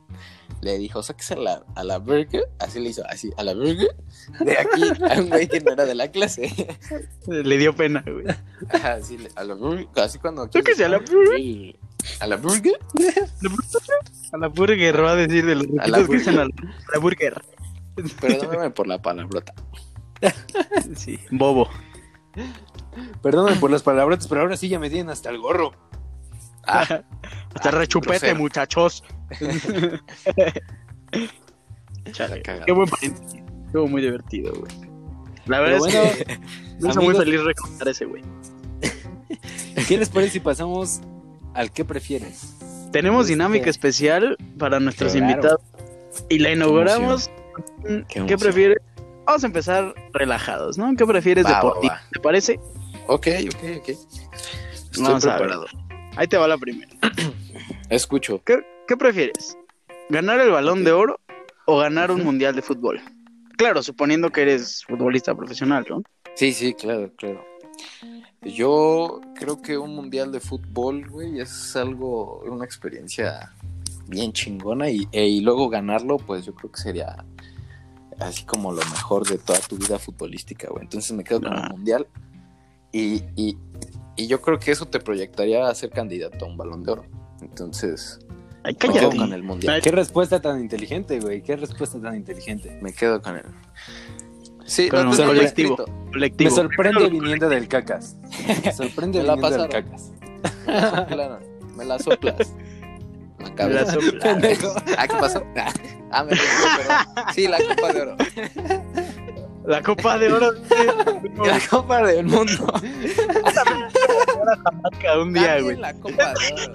S3: le dijo, sáquese a la, a la verga. Así le hizo, así, a la verga. De aquí a un güey que no era de la clase.
S2: Le dio pena, güey.
S3: Ajá, así, le- a la verga. Así cuando.
S2: Creo que sí, a la
S3: verga. A la verga.
S2: A la burger, va a decir de los
S3: A la
S2: ruquitos que dicen a la, a la burger.
S3: Perdóname por la palabrota.
S2: Sí, bobo.
S1: Perdóname por las palabras, pero ahora sí ya me tienen hasta el gorro.
S3: Ah,
S2: Hasta
S3: Ah,
S2: rechupete,
S3: grosero.
S2: muchachos.
S3: La
S2: Chale,
S3: cagada.
S2: qué buen paréntesis. Estuvo muy divertido, güey. La verdad
S1: Pero
S2: es
S1: bueno,
S2: que me hizo muy
S1: amigos-
S2: feliz recordar ese, güey.
S1: ¿Qué les parece si pasamos al que prefieres?
S2: Tenemos
S1: Este-
S2: dinámica especial para nuestros
S1: Claro.
S2: invitados y la inauguramos. con-
S3: Qué
S2: ¿Qué,
S3: emoción.
S2: prefieres? Vamos a empezar relajados, ¿no? ¿Qué prefieres
S3: Va,
S2: de
S3: va,
S2: por ti?
S3: va.
S2: ¿Te parece?
S3: ok, ok, ok. Estoy
S2: Vamos a ver.
S3: preparado.
S2: Ahí te va la primera.
S3: Escucho.
S2: ¿Qué, qué prefieres? ¿Ganar el balón de oro o ganar un
S3: Ujú.
S2: mundial de fútbol? Claro, suponiendo que eres futbolista profesional, ¿no?
S3: Sí, sí, claro, claro. Yo creo que un mundial de fútbol, güey, es algo, una experiencia bien chingona y, e- y luego ganarlo, pues yo creo que sería así como lo mejor de toda tu vida futbolística, güey. Entonces me quedo con
S2: Ah.
S3: el mundial y, y- y yo creo que eso te proyectaría a ser candidato a un balón de oro. Entonces,
S2: Ay,
S3: me quedo
S2: cállate.
S3: con el mundial.
S1: Qué respuesta tan inteligente, güey. Qué respuesta tan inteligente.
S3: Me quedo con él. Sí,
S2: Con
S3: no,
S2: un
S3: te-
S2: colectivo.
S3: escrito.
S1: Me
S2: Colectivo.
S1: sorprende viniendo del cacas. Me sorprende
S3: Me la
S1: viniendo del
S3: pasaron.
S1: cacas.
S3: Me la soplaron. Me la soplas. La cabeza.
S2: La sopla-
S1: Pendejo.
S3: Ah, ¿qué pasó? Ah, me equivoqué, perdón. Sí, la copa de oro.
S2: La copa de oro.
S3: La copa del mundo.
S2: un día,
S3: También
S2: güey.
S3: La copa de oro.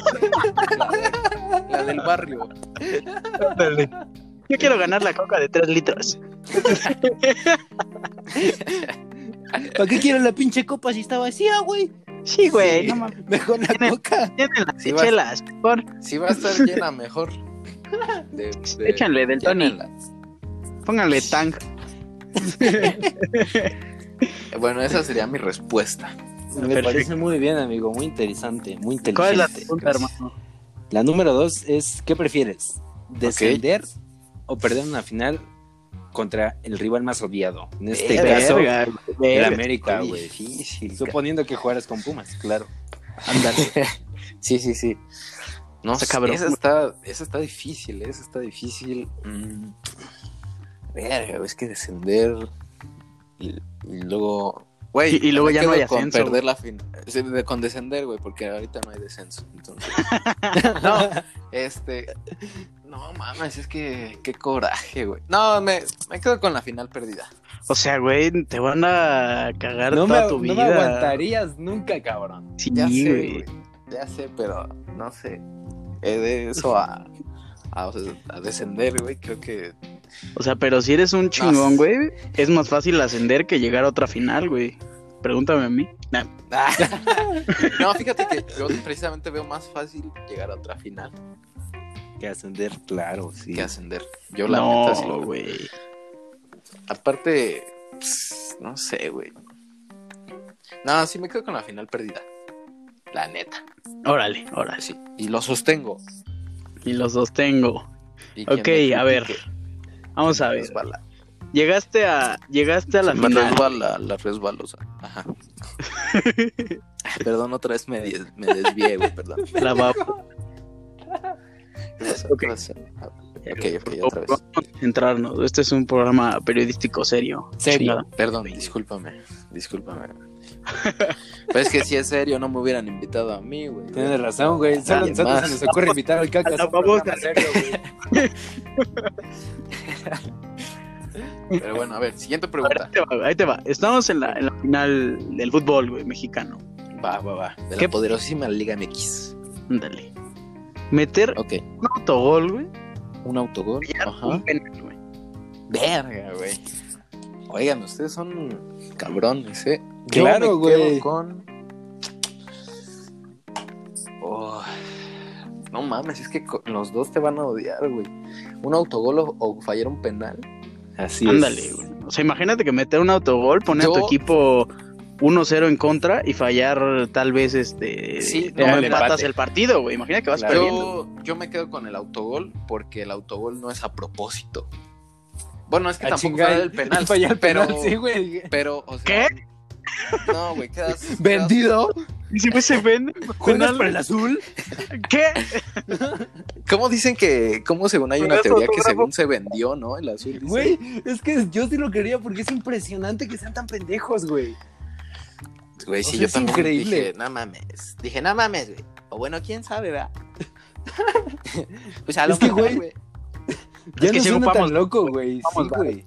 S3: La, de- la del barrio.
S2: Ándale. Yo quiero ganar la coca de 3 litros.
S1: ¿Para qué quiero la pinche copa si está vacía, güey?
S2: Sí, güey.
S1: Sí.
S2: No mames.
S1: Mejor la coca.
S2: Tienen las
S3: Sí, vas-
S2: chelas, por
S3: Si va a estar llena, mejor. De, de-
S2: Échanle del Tony.
S3: llénenla.
S2: Pónganle tang.
S3: Bueno, esa sería mi respuesta.
S1: Me parece muy bien, amigo. Muy interesante. Muy inteligente.
S2: ¿Cuál es la pregunta,
S1: Gracias.
S2: hermano?
S1: La número dos es, ¿qué prefieres? ¿Descender o perder una final contra el rival más odiado? En este
S3: Verga,
S1: caso,
S2: Verga,
S1: el
S2: verga.
S1: América,
S3: Oye,
S1: güey.
S3: Ah, difícil,
S1: Suponiendo que jugaras con Pumas, claro.
S2: Ándale.
S3: Sí, sí, sí. No,
S2: Está
S3: sé,
S2: cabrón.
S3: Esa está, esa está difícil, esa está difícil. Mm. Verga, es que descender y, y luego Güey,
S2: Y- y luego
S3: me
S2: ya no
S3: quedo
S2: hay
S3: con
S2: ascenso,
S3: perder la final. Sí, de- Con descender, güey, porque ahorita no hay descenso. entonces. no, este. No mames, es que. Qué coraje, güey. No, me, me quedo con la final perdida.
S2: O sea, güey, te van a cagar
S1: No me,
S2: toda tu vida.
S1: no me aguantarías nunca, cabrón.
S2: Sí,
S3: Ya sé,
S2: güey.
S3: güey. Ya sé, pero no sé. Eh, de eso a. A, a descender, güey, creo que.
S2: O sea, pero si eres un chingón, güey, es más fácil ascender que llegar a otra final, güey. Pregúntame a mí. Nah,
S3: Ah. No, fíjate que yo precisamente veo más fácil llegar a otra final
S1: Que ascender, claro, sí.
S3: que ascender. Yo la neta sí lo
S2: no,
S3: veo.
S2: güey.
S3: Aparte, pues, no sé, güey. No, sí me quedo con la final perdida. La neta.
S2: Órale, órale.
S3: Sí. Y lo sostengo.
S2: Y los dos tengo.
S3: Y
S2: Ok,
S3: quien me
S2: a ver.
S3: critique,
S2: Vamos a
S3: se
S2: ver.
S3: resbala.
S2: Llegaste a, llegaste a la
S3: Se me
S2: final.
S3: resbala la resbalosa. Ajá. perdón, otra vez me, des- me desvié, güey, perdón.
S2: La va-
S3: ¿Qué pasó?
S2: Ok.
S3: ¿Qué pasó? Ok, ok, otra vez.
S2: Vamos a centrarnos. Este es un programa periodístico serio.
S1: Serio.
S2: Chingada.
S3: Perdón, discúlpame. Discúlpame. Pero es que si es serio, no me hubieran invitado a mí, güey.
S1: Tienes razón, güey. Solo a
S3: Alguien
S1: nosotros
S3: más.
S1: se nos ocurre invitar al cacas. a un
S2: Vamos a-
S1: programa serio, güey.
S3: Pero bueno, a ver, siguiente
S2: A ver,
S3: pregunta.
S2: ahí te va, ahí te va. Estamos en la, en la final del fútbol, güey, mexicano.
S3: Va, va, va. De
S2: ¿Qué-
S3: la poderosísima Liga MX.
S2: Ándale. Meter
S3: Ok,
S2: un autogol, güey.
S3: un autogol. Ajá.
S2: Un penal, güey.
S3: Verga, güey. Oigan, ustedes son cabrones, ¿eh? Yo
S1: Claro,
S3: me
S1: güey.
S3: quedo Con... Oh, No mames, es que co- los dos te van a odiar, güey. Un autogol o, o fallar un penal.
S1: Así
S2: Ándale, güey. O sea, imagínate que meter un autogol, poner a tu
S3: Yo-
S2: equipo 1-0 en contra y fallar tal vez este
S3: Sí,
S2: no,
S1: no, el
S2: empatas
S1: empate.
S2: el partido, güey. Imagina que vas
S1: Claro.
S2: perdiendo.
S3: Yo, yo me quedo con el autogol porque el autogol no es a propósito. Bueno, es que
S1: A
S3: tampoco
S1: chingar.
S3: falla el penal,
S1: Ah, Falla el
S3: pero,
S1: penal, sí, güey.
S3: pero, o sea,
S2: ¿Qué?
S3: No, güey, quedas... quedas-
S1: Vendido.
S2: Y si güey, se vende,
S1: ¿Juegas
S2: penal.
S1: por el azul?
S2: ¿qué?
S3: ¿Cómo dicen que, cómo según hay una
S2: Juegas
S3: teoría que
S2: autógrafo.
S3: según se vendió, ¿no? El azul. dice.
S1: Güey, es que yo sí lo quería porque es impresionante que sean tan pendejos, güey.
S3: Güey,
S1: O
S3: sí,
S1: sea,
S3: yo
S1: es
S3: también
S1: increíble.
S3: dije, no mames. Dije, no mames, güey. O bueno, quién sabe, ¿verdad? pues a lo
S1: Es que,
S3: mejor,
S1: güey.
S3: güey.
S1: Ya
S2: Es que
S1: no
S2: sí
S1: suena
S2: ocupamos-
S1: tan loco, güey. Sí,
S2: ocupamos varo.
S1: güey.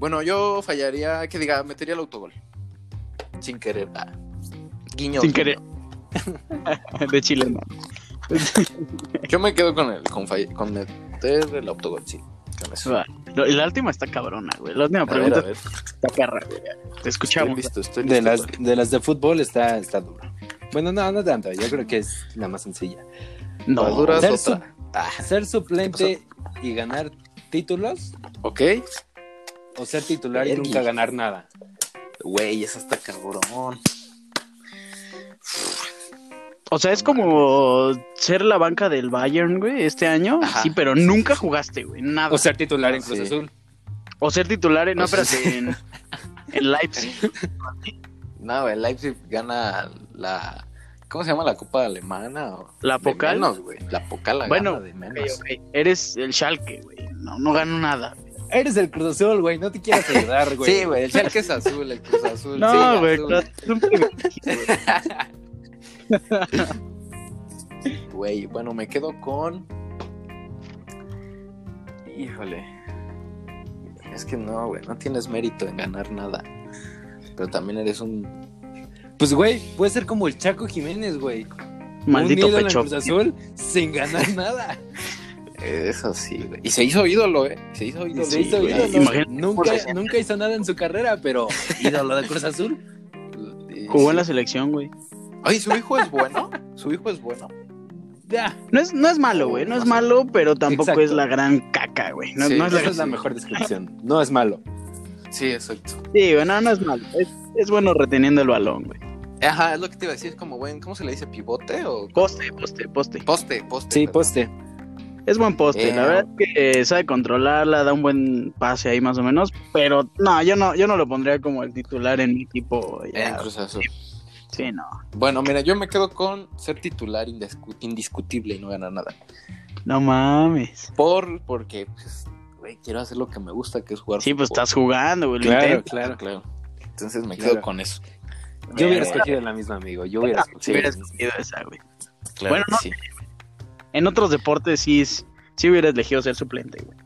S3: Bueno, yo fallaría, que diga, metería el autogol. Sin querer. ah. Guiño.
S2: Sin
S3: guiño.
S2: querer. De chilena.
S3: Yo me quedo con el, con, fall- con meter el autogol, sí. Con eso.
S2: Va. Lo- La última está cabrona, güey. La última
S3: A ver,
S2: pregunta
S3: a ver.
S2: está perra, güey. Te
S3: Estoy
S2: escuchamos.
S3: listo, estoy listo.
S1: De las,
S3: güey.
S1: de las de fútbol está, está dura. Bueno, no, no tanto. Yo creo que es la más sencilla.
S3: No,
S2: No,
S3: duras
S1: ser
S3: otra. Ah,
S1: Ser suplente y ganar títulos
S3: ok.
S1: o ser titular y
S3: Vergui.
S1: nunca ganar nada.
S3: Güey, esa está cabrón.
S2: o sea, es como ser la banca del Bayern, güey, este año.
S3: Ajá.
S2: Sí, pero nunca jugaste, güey. Nada.
S1: O ser titular en
S3: Ah,
S1: Cruz
S3: sí.
S1: Azul.
S2: O ser titular en, no,
S3: O sea,
S2: espérate, en, en Leipzig.
S3: No, el Leipzig gana la. ¿Cómo se llama la Copa Alemana? o-
S2: La
S3: de
S2: Pokal.
S3: menos, güey. La Pocal la
S2: Bueno,
S3: gana de
S2: Ok,
S3: menos.
S2: ok. Eres el Schalke, güey. No, no gano nada.
S1: Eres el Cruz Azul, güey. No te quieras ayudar, güey.
S3: Sí, güey, el Schalke es azul, el Cruz Azul. sí,
S2: No, güey.
S3: azul.
S2: claro, es un privilegio, güey.
S3: Güey, bueno, me quedo con. Híjole. Es que no, güey, no tienes mérito en ganar nada. Pero también eres un.
S1: Pues, güey, puede ser como el Chaco Jiménez, güey.
S2: Maldito
S1: Un ídolo
S2: pecho.
S1: en Cruz Azul sin ganar nada.
S3: Eso sí, güey. Y se hizo ídolo, ¿eh? Se hizo ídolo.
S1: Se hizo
S3: güey.
S1: ídolo.
S2: Imagínate.
S1: Nunca, nunca hizo nada en su carrera, pero ídolo de Cruz Azul.
S3: Y-
S2: Jugó en la selección, güey.
S3: Ay, su hijo es bueno. Su hijo es bueno.
S1: Ya.
S2: No es, no es malo, güey. No es malo, pero tampoco
S1: Exacto.
S2: es la gran caca, güey. No,
S3: Sí,
S2: no es
S1: Esa
S2: la gran...
S1: es la mejor descripción. No es malo.
S3: Sí, exacto.
S2: Sí, güey, no, no es malo. Es, es bueno reteniendo el balón, güey.
S3: Ajá, es lo que te iba a decir, es como buen, ¿cómo se le dice? ¿Pivote o
S2: Poste, poste, poste.
S3: poste? Poste.
S1: Sí,
S3: perdón.
S1: poste.
S2: Es buen poste.
S3: Eh.
S2: La verdad es que eh, sabe controlarla, da un buen pase ahí más o menos. Pero no, yo no, yo no lo pondría como el titular en mi equipo.
S3: Eh,
S2: ya.
S3: Cruz Azul.
S2: Sí, no.
S3: Bueno, mira, yo me quedo con ser titular indiscu- indiscutible y no ganar nada.
S2: No mames.
S3: Por, porque, pues, güey, quiero hacer lo que me gusta, que es jugar.
S2: Sí, pues
S3: fútbol.
S2: estás jugando, güey. lo
S1: Claro,
S2: intentas.
S1: claro.
S3: Claro. Entonces me
S1: Claro.
S3: quedo con eso.
S1: Yo hubiera
S2: Verga.
S1: escogido la misma, amigo. Yo hubiera escogido.
S2: Si hubiera
S1: la misma.
S2: escogido esa, güey.
S3: Claro
S2: Bueno,
S3: que
S2: no.
S3: sí.
S2: En otros deportes sí, es- sí hubiera elegido ser suplente, güey.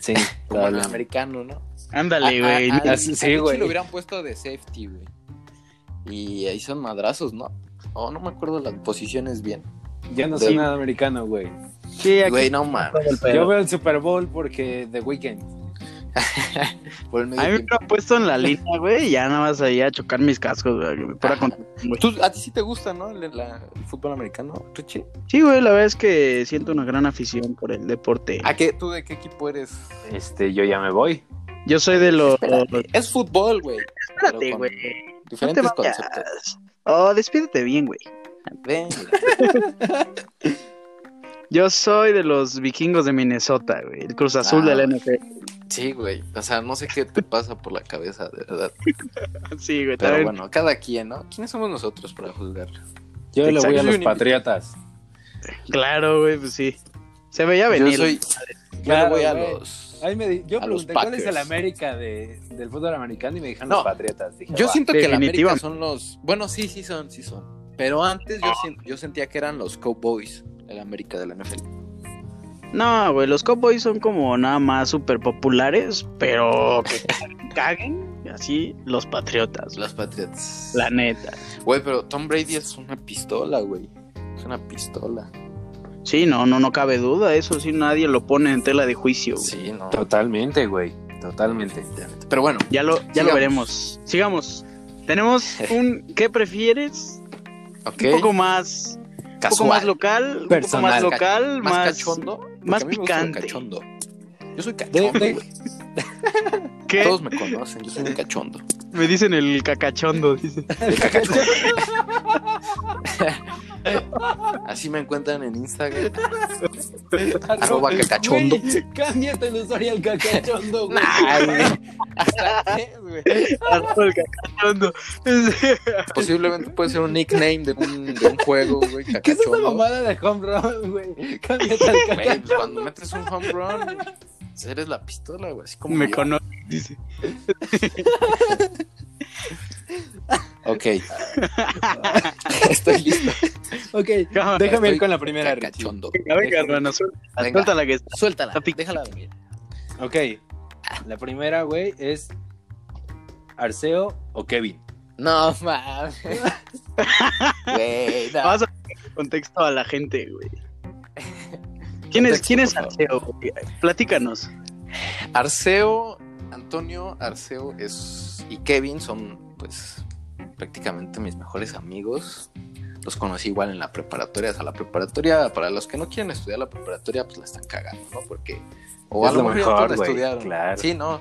S1: Sí,
S3: Como el
S1: probablemente.
S3: americano, ¿no?
S2: Ándale,
S3: A- a-
S2: güey.
S3: a-
S1: Ah,
S3: al-
S1: sí,
S3: al
S1: sí,
S3: Richie
S1: güey.
S3: lo hubieran puesto de safety, güey. Y ahí son madrazos, ¿no? Oh, no me acuerdo las posiciones bien.
S1: Yo no soy
S2: Sí.
S1: nada americano, güey.
S2: Sí, aquí
S3: Güey, no mames.
S2: todo el
S1: Yo
S2: pedo.
S1: veo el Super Bowl porque The Weeknd.
S3: Por el medio
S2: A mí me
S3: tiempo.
S2: lo han puesto en la línea, güey, y ya nada más ahí a chocar mis cascos, güey. que me fuera con- güey.
S3: Tú- a ti sí te gusta, ¿no? El, la- el fútbol americano, Richie.
S2: Sí, güey, la verdad es que siento una gran afición por el deporte.
S3: ¿A qué, ¿Tú de qué equipo eres?
S1: Este, yo ya me voy.
S2: Yo soy de los...
S3: Espérate, es fútbol, güey.
S2: Espérate,
S3: Pero con
S2: güey. No te
S3: Diferentes
S2: vayas.
S3: conceptos.
S2: Oh, despídete bien, güey.
S3: Ven.
S2: Yo soy de los vikingos de Minnesota, güey. El Cruz Azul
S3: Ah,
S2: del
S3: güey.
S2: NFL.
S3: Sí, güey. O sea, no sé qué te pasa por la cabeza, de verdad.
S2: Sí, güey.
S3: Pero
S2: también.
S3: bueno, cada quien, ¿no? ¿Quiénes somos nosotros para juzgar?
S1: Yo le voy a
S2: Exacto.
S1: los Patriotas.
S2: Claro, güey, pues sí. Se veía venir.
S3: Yo soy. Yo le
S1: Claro,
S3: voy a
S1: güey.
S3: los.
S1: Ahí me di- yo
S3: A los
S1: pregunté cuál es el
S3: Packers.
S1: América de- del fútbol americano y me dijeron
S3: No.
S1: los Patriotas. Dije,
S3: Yo
S1: va.
S3: siento que la América
S2: ah, Definitivamente.
S3: son los. Bueno, sí, sí son, sí son. Pero antes yo, sen- yo sentía que eran los Cowboys, el América de la NFL.
S2: No, güey, los Cowboys son como nada más súper populares, pero que caguen así los patriotas, güey.
S3: Los Patriots.
S2: la neta.
S3: Güey, pero Tom Brady es una pistola, güey. Es una pistola.
S2: Sí, no, no, no cabe duda, eso sí nadie lo pone en tela de juicio, güey.
S3: Sí, no.
S1: Totalmente, güey. Totalmente.
S3: Pero bueno,
S2: Ya lo, ya lo
S3: Sigamos.
S2: veremos. Sigamos. Tenemos un ¿qué prefieres?
S3: ok.
S2: Un poco más, un poco más local, un poco
S1: Personal.
S2: más local,
S3: Más,
S2: más,
S3: cachondo. porque
S2: más
S3: a mí me gusta lo
S2: picante.
S3: cachondo. Yo soy cachondo.
S1: De- de-
S3: güey.
S2: ¿Qué?
S3: Todos me conocen, yo soy un cachondo.
S2: Me dicen el cacachondo, dice.
S3: Así me encuentran en Instagram. Arroba cacachondo.
S1: Güey, cámbiate el usuario al cacachondo, güey.
S3: Ay, güey. ¿Hasta qué, güey?
S2: Arroba Ah, el cacachondo.
S3: Posiblemente puede ser un nickname de un, de un juego, güey.
S1: ¿Qué es esa
S3: cacachondo.
S1: mamada de home run, güey? Cámbiate al
S3: Güey,
S1: cacachondo.
S3: pues cuando metes un home run, pues eres la pistola, güey. Así como
S2: Me
S3: yo.
S2: conoce, dice.
S3: Ok. Estoy listo.
S1: Ok,
S2: Cámara,
S1: déjame
S3: Estoy
S1: ir con la primera, Richie.
S3: Cacachondo.
S2: Venga, venga,
S1: Déjame.
S2: hermano, suelta,
S3: Venga.
S2: suelta la que está.
S3: Suéltala,
S2: Está pic-
S3: déjala venir.
S1: Ok, la primera, güey, es Arceo o Kevin.
S3: No mames. Güey, no.
S2: Vas a poner contexto a la gente, güey. ¿Quién es,
S3: Contexto,
S2: ¿quién es
S3: por favor.
S2: Arceo? güey? Platícanos.
S3: Arceo, Antonio, Arceo es, y Kevin son, pues, prácticamente mis mejores amigos. Los conocí igual en la preparatoria. O sea, la preparatoria, para los que no quieren estudiar la preparatoria, pues la están cagando, ¿no? Porque. O
S1: Es lo
S3: ya
S1: mejor,
S3: todos la
S1: güey, claro.
S3: Sí, no.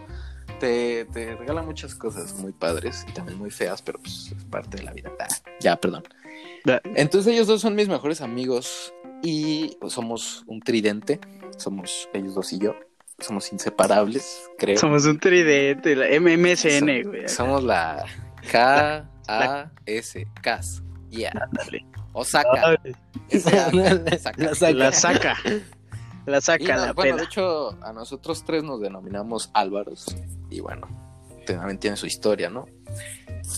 S3: Te, te regalan muchas cosas muy padres y también muy feas, pero pues es parte de la vida. Ah, ya, perdón.
S2: Da-
S3: Entonces ellos dos son mis mejores amigos y pues, somos un tridente. Somos ellos dos y yo. Somos inseparables, creo.
S2: Somos un tridente, la MMSN, güey.
S3: Somos la K A S CAS. Yeah.
S2: Ándale. Ah,
S3: Osaka.
S1: La
S3: Osaka.
S1: saca.
S2: La saca. La
S3: Y
S2: saca
S3: no,
S2: la
S3: bueno, de
S2: peda.
S3: hecho, a nosotros tres nos denominamos Álvaros. Y bueno, también tiene su historia, ¿no?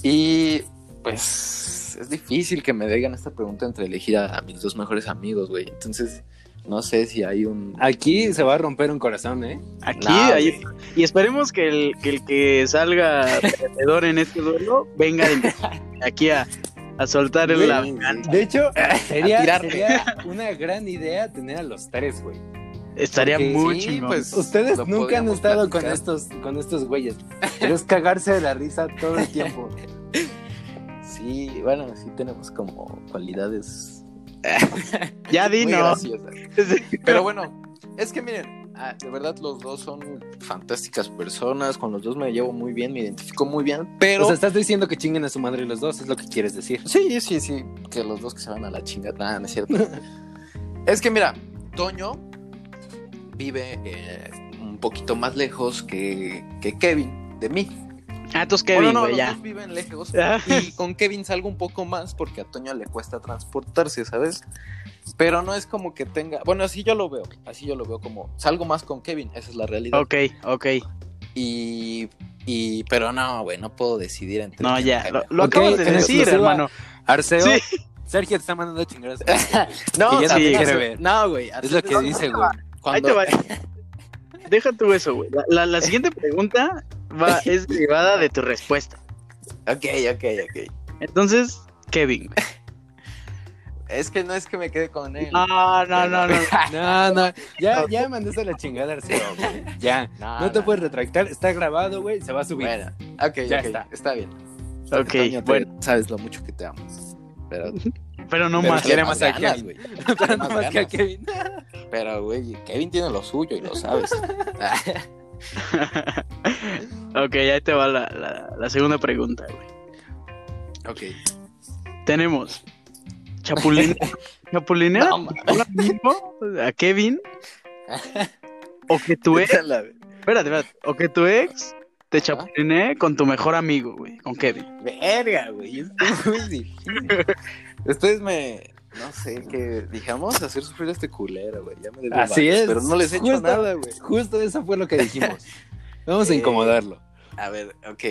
S3: Y pues es difícil que me digan esta pregunta entre elegir a, a mis dos mejores amigos, güey. Entonces, no sé si hay un.
S1: Aquí se va a romper un corazón, ¿eh?
S2: Aquí,
S3: Nah,
S2: ahí-
S3: güey.
S2: Y esperemos que el que, el que salga perdedor en este duelo venga de- aquí a, a soltar el
S1: Güey,
S2: la
S1: De hecho, sería,
S3: tirarme.
S1: sería una gran idea tener a los tres, güey.
S2: Estaría
S1: porque
S2: muy
S3: sí,
S2: chingón.
S3: pues,
S1: Ustedes
S3: Lo
S1: nunca han
S3: podríamos
S1: estado con
S3: platicar.
S1: estos, con estos güeyes. Pero es cagarse de la risa todo el tiempo.
S3: Sí, bueno, sí tenemos como cualidades
S2: ya di,
S3: muy
S2: no.
S3: graciosas. Pero bueno, es que miren, ah, de verdad los dos son fantásticas personas, con los dos me llevo muy bien, me identifico muy bien, pero...
S1: O sea, estás diciendo que chinguen a su madre los dos, es lo que quieres decir.
S3: sí, sí, sí, que los dos que se van a la chingada, nada, no es cierto. es que mira, Toño vive eh, un poquito más lejos que, que Kevin, de mí.
S2: Ah, entonces
S3: Bueno,
S2: Kevin,
S3: no,
S2: güey,
S3: los
S2: ya.
S3: dos viven lejos.
S2: Ah.
S3: Y con Kevin salgo un poco más porque a Toño le cuesta transportarse, ¿sabes? Pero no es como que tenga. Bueno, así yo lo veo. Así yo lo veo como. Salgo más con Kevin, esa es la realidad.
S2: Ok, ok.
S3: Y, y- pero no, güey, no puedo decidir entre.
S2: No,
S3: quién
S2: ya,
S3: cae
S2: lo,
S3: mejor.
S2: lo
S1: Ok,
S2: acabas de
S1: en
S2: decir,
S1: exclusiva.
S2: hermano.
S1: Arceo,
S2: Sí.
S1: Sergio te está mandando a chingar. a su-
S3: No,
S1: que ya
S2: no te
S3: también-
S1: quiere ver.
S3: No, güey.
S1: Es lo que dice, güey.
S2: Ahí
S3: Cuando,
S2: te va. Deja tú eso, güey. La, la- la siguiente pregunta va, es derivada de tu respuesta.
S3: Ok, ok, ok.
S2: Entonces, Kevin. güey.
S3: Es que no es que me quede con él.
S2: No, Ah, no, no, no.
S1: No, no, ya, ya mandaste a la chingada, Arceo, güey. Ya.
S3: No,
S1: No te
S3: Ah, no.
S1: puedes retractar, está grabado, güey, se va a subir.
S3: Bueno, ok,
S1: Ya
S3: ok,
S1: está.
S3: está. bien.
S2: Ok,
S3: Toño, te-
S2: bueno.
S3: Sabes lo mucho que te amo. Pero,
S2: Pero no
S3: pero
S2: más.
S1: quiere
S3: échale
S1: más a
S3: ganas,
S1: Kevin.
S3: güey. Échale más
S1: Más que a
S3: ganas.
S1: Kevin.
S3: Pero, güey, Kevin tiene lo suyo y lo sabes.
S2: Ok, ahí te va la, la- la segunda pregunta, güey.
S3: ok.
S2: Tenemos Chapulín. ¿Chapulinera?
S3: No, mames.
S2: ¿Ahora mismo? ¿A Kevin? ¿O que tu ex?
S3: Échala, güey.
S2: Espérate, espérate. ¿O que tu ex te chapuliné con tu mejor amigo, güey? Con Kevin.
S3: Verga, güey. es muy difícil. Ustedes me. No sé, que dijamos hacer sufrir a este culero, güey. Ya me debe
S1: Así
S3: varios,
S1: es.
S3: Pero no les he hecho
S1: Justo.
S3: nada, güey.
S1: Justo eso fue lo que dijimos. Vamos a
S3: Eh,
S1: incomodarlo.
S3: A ver, ok.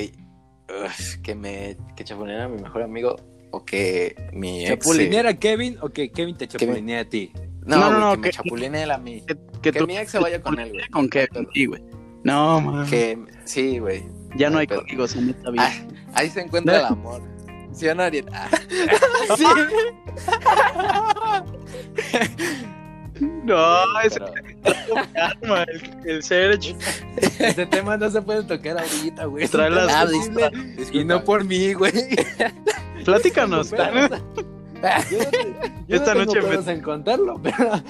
S3: Uf, que me. Que chapulinera a mi mejor amigo. O que mi ex.
S1: ¿Chapulinear a Kevin o que Kevin te chapulinea a ti?
S3: No,
S2: No, no,
S3: no,
S2: no,
S3: que, me
S2: que-
S3: chapuline él a mí.
S2: Que,
S3: Que,
S2: que tu
S3: mi ex se vaya con él, güey.
S2: con Kevin, sí, güey. No, mames.
S3: Que. Sí, güey.
S2: Ya no
S3: No,
S2: hay
S3: pero-
S2: códigos en esta vida.
S3: Ah, ahí se encuentra
S2: No.
S3: el amor. ¿Sí o no, Ariel? Ah,
S1: Sí.
S2: no, es
S3: pero-
S2: arma, el, el Serge.
S1: Este tema no se puede tocar ahorita, güey.
S2: Trae las-
S1: Ah,
S3: Ah,
S1: disculpa.
S3: disculpa,
S1: Y no
S3: disculpa.
S1: por mí, güey.
S2: Platícanos.
S1: Yo no
S2: Dani.
S1: yo
S2: Esta
S1: no tengo
S2: noche me-
S1: pedos en contarlo, pero...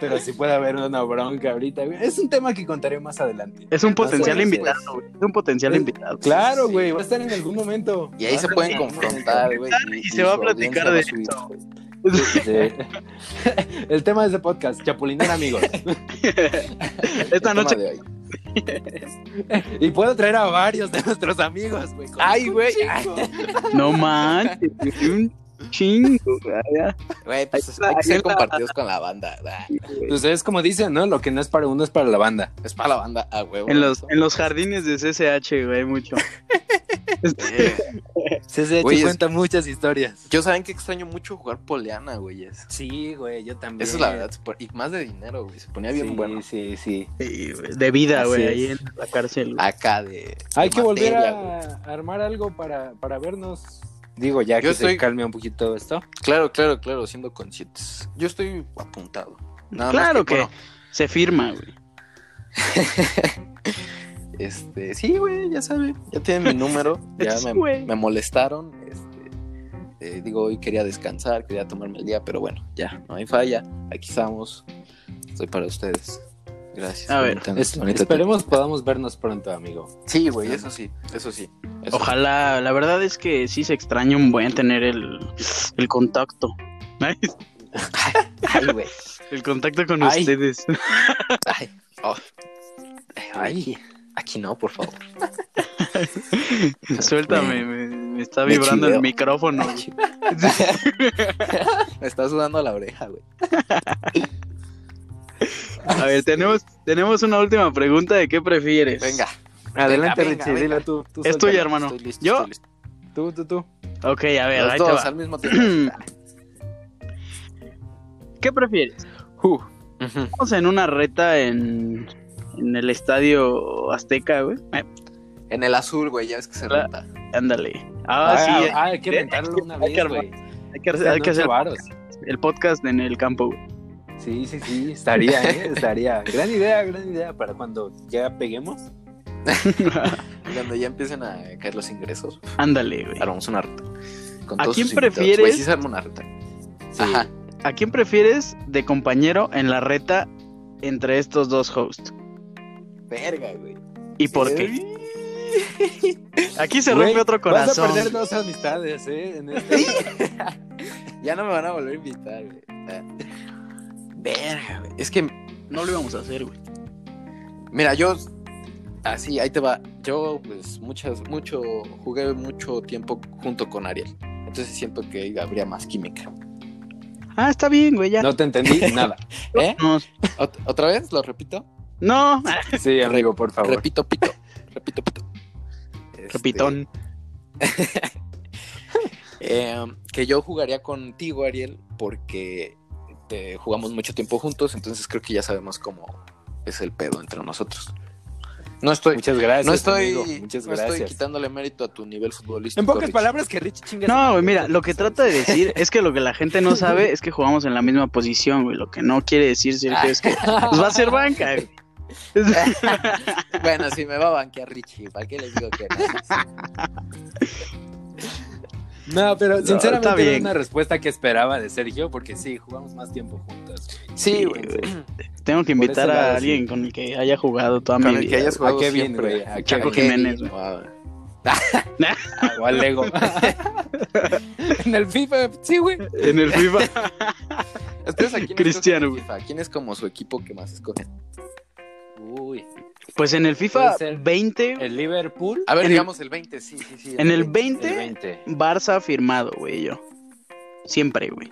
S1: pero sí puede haber una bronca ahorita, güey. Es un tema que contaré más adelante.
S2: Es un
S1: No sé,
S2: potencial
S1: no sé.
S2: invitado, güey. Es un potencial
S1: Es-
S2: invitado.
S1: Claro,
S3: Sí.
S1: güey, va a estar en algún momento.
S3: Y ahí se pueden confrontar, güey.
S2: Y se va a
S3: su
S2: platicar
S3: audiencia
S2: de
S3: va a subir.
S1: Sí. El tema de ese podcast, chapulinar amigos.
S2: Esta
S3: El tema
S2: noche.
S3: de hoy.
S1: Y puedo traer a varios de nuestros amigos, güey. con-
S3: Ay,
S1: con
S3: güey.
S1: chingo.
S2: No manches, güey, un chingo, güey.
S3: Güey, pues
S2: Ahí
S3: hay que ser
S2: está.
S3: compartidos con la banda. Ah,
S1: Pues es como dicen, ¿no? Lo que no es para uno es para la banda.
S3: Es para la banda, a huevo.
S2: En los, en los jardines de CCH, güey, hay mucho.
S3: Eh,
S1: Se
S3: Güey, es-
S1: cuenta muchas historias.
S3: Yo saben que extraño mucho jugar poleana, güey. Eso
S1: Sí, güey, yo también.
S3: Eso es la verdad. se pon- Y más de dinero, güey. Se ponía bien
S1: sí,
S3: bueno.
S1: sí, sí.
S2: Sí, güey, De vida,
S1: Así
S2: güey,
S1: es.
S2: ahí en la cárcel. güey.
S3: Acá de.
S1: Hay
S3: de
S1: que volver
S3: materia,
S1: a
S3: güey.
S1: armar algo para, para vernos. Digo, ya
S3: Yo
S1: que se
S3: estoy-
S1: calme un poquito esto.
S3: Claro, claro, claro. Siendo conscientes. Yo estoy apuntado. Nada más
S2: Claro que
S3: bueno,
S2: se firma, güey.
S3: este, sí, güey, ya saben. Ya tienen mi número. ya
S2: Sí,
S3: me,
S2: güey.
S3: me molestaron. Este, eh, digo, hoy quería descansar, quería tomarme el día, pero bueno, ya, no hay falla. Aquí estamos. Estoy para ustedes. Gracias.
S2: A ver,
S3: Bonita-
S1: Es-
S3: bonita
S1: esperemos podamos vernos pronto, amigo.
S3: tarde. Sí, güey, eso sí, eso sí. eso
S2: Ojalá, la verdad es que sí se extraña un buen tener el, el contacto.
S3: sí. Ay, güey.
S2: El contacto con
S3: Ay.
S2: ustedes.
S3: Ay, oh. Ay, aquí no, por favor.
S2: Suéltame, me, me está
S3: Me
S2: vibrando el
S3: chiveo.
S2: micrófono. güey.
S3: Me está sudando la oreja, güey.
S2: A ver, tenemos, tenemos una última pregunta de qué prefieres.
S3: Venga.
S1: Adelante,
S3: venga,
S1: Richie,
S3: venga.
S1: dila tú. tú
S2: Es
S1: suelta.
S2: tuya, hermano.
S3: Estoy listo,
S2: ¿Yo?
S3: estoy listo.
S1: Tú, tú, tú.
S2: Ok, a ver,
S3: Los
S2: ahí
S3: dos
S2: te
S3: al
S2: va.
S3: mismo tiempo.
S2: ¿Qué prefieres?
S3: Uh, ujú.
S2: Estamos en una reta en, en el estadio Azteca, güey. Eh,
S3: En el azul, güey, ya ves que se
S2: La-
S3: renta.
S2: ándale. Ah, sí, eh,
S1: ah, hay que
S2: eh,
S1: rentarlo una
S2: hay que
S1: vez, güey.
S2: hay que,
S1: O sea,
S2: hay que
S1: no
S2: hacer
S1: chavaros.
S2: el podcast en el campo, güey.
S1: Sí, sí, sí, estaría, ¿eh? estaría. Gran idea, gran idea para cuando ya peguemos.
S3: Y Cuando ya empiecen a caer los ingresos, pues,
S2: Ándale, güey.
S3: armamos una reta. Con
S2: ¿A
S3: todos
S2: quién
S3: sus invitados.
S2: prefieres?
S3: Güey, sí se arma una reta.
S1: Sí.
S3: Ajá.
S2: ¿A quién prefieres de compañero en la reta entre estos dos hosts?
S3: Verga, güey.
S2: ¿Y por qué? Aquí se
S1: Güey,
S2: rompe otro
S1: Vas a
S2: corazón.
S1: perder dos amistades, ¿eh? En este-
S3: Ya no me van a volver a invitar, güey. Ah. Verga, güey. Es que,
S2: No lo íbamos a hacer, güey.
S3: mira, yo. Así, ahí te va. Yo, pues, muchas, mucho. Jugué mucho tiempo junto con Ariel. Entonces siento que habría más química.
S2: Ah, está bien, güey, ya.
S1: No te entendí nada.
S3: ¿Eh?
S2: Nos-
S3: ¿Ot- ¿Otra vez? ¿Lo repito?
S2: No, ah,
S1: Sí, amigo, por favor.
S3: Repito, pito. Repito, pito. Este,
S2: repitón.
S3: eh, que yo jugaría contigo, Ariel, porque te jugamos mucho tiempo juntos, entonces creo que ya sabemos cómo es el pedo entre nosotros. No estoy,
S1: Muchas gracias.
S3: no estoy,
S1: amigo, Muchas
S3: no estoy
S1: gracias.
S3: quitándole mérito a tu nivel futbolístico.
S1: En pocas
S3: Richie.
S1: palabras, que Richie chinga.
S2: No, güey, mira, lo que trata de decir es que lo que la gente no sabe es que jugamos en la misma posición, güey. Lo que no quiere decir, Sergio, es que pues, va a ser banca, güey.
S3: Ah. Bueno, si me va a banquear Richie, ¿para qué les digo que no?
S1: No, pero sinceramente
S2: está
S1: era
S2: bien.
S1: una respuesta que esperaba de Sergio, porque sí, jugamos más tiempo juntos.
S3: Sí,
S2: güey,
S3: güey.
S2: Tengo que
S1: Por
S2: invitar
S1: ese lado,
S2: a
S1: sí.
S2: alguien con el que haya jugado toda
S3: Con
S2: mi
S3: el que
S2: vida.
S3: hayas jugado
S1: ¿A qué viene,
S3: siempre.
S1: güey? ¿A qué
S2: Chaco
S3: viene?
S2: Jiménez, güey.
S3: Ah,
S2: Ah,
S1: O al Lego. en el FIFA, sí, güey.
S2: güey. En el FIFA.
S3: Ustedes a quién
S2: Cristiano,
S3: escogen en FIFA? ¿Quién es como su equipo que más escogen?
S1: Uy.
S2: Pues en el FIFA
S1: Puede ser.
S2: 20,
S1: El Liverpool.
S3: A ver,
S2: En el-
S3: digamos el 20, sí, sí, sí.
S2: en el
S1: El
S2: 20,
S1: 20.
S2: Barça firmado, güey, yo. Siempre, güey.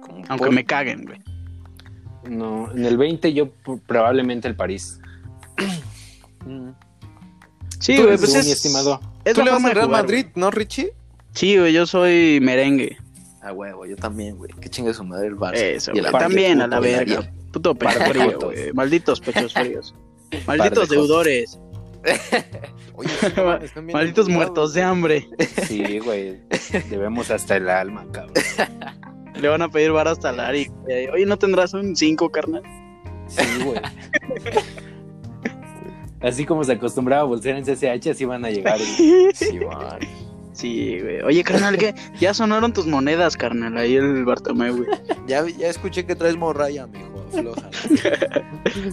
S3: Como
S2: Aunque
S3: por-
S2: me caguen, güey.
S1: No, en el 20 yo p- probablemente el París.
S3: Mm.
S2: Sí,
S3: Tú
S2: güey,
S3: eres
S2: pues
S1: Tú,
S2: es,
S1: mi estimado.
S2: es
S3: Tú
S2: la
S3: le vas
S2: forma de
S3: al Real
S2: jugar,
S3: Madrid, ¿no, Richie?
S2: güey. Sí, güey, yo soy merengue.
S3: Ah, huevo, yo también, güey. Que chingue su madre el Barça.
S2: Eso,
S3: Y el
S2: güey.
S3: América,
S2: También a la
S3: puto,
S2: verga.
S3: Ariel.
S2: Puto pecho
S1: Par de
S2: frío,
S1: jotos.
S2: güey. Malditos pechos fríos.
S3: Par de
S2: Malditos
S3: jotos.
S2: deudores.
S3: Oye, sí, no mames, están bien
S2: Malditos
S3: enchufados.
S2: muertos de hambre.
S1: Sí, güey. Debemos hasta el alma, cabrón.
S2: Le van a pedir vara hasta la Ari. güey. Oye, ¿no tendrás un 5, carnal?
S1: Sí, güey. Así como se acostumbraba a bolsear en CCH, así van a llegar. güey.
S3: Sí, man.
S2: Sí, güey. Oye, carnal, ¿qué? Ya sonaron tus monedas, carnal. Ahí el Bartomeu, güey.
S3: Ya, ya escuché que traes morraya, mijo. Afloja.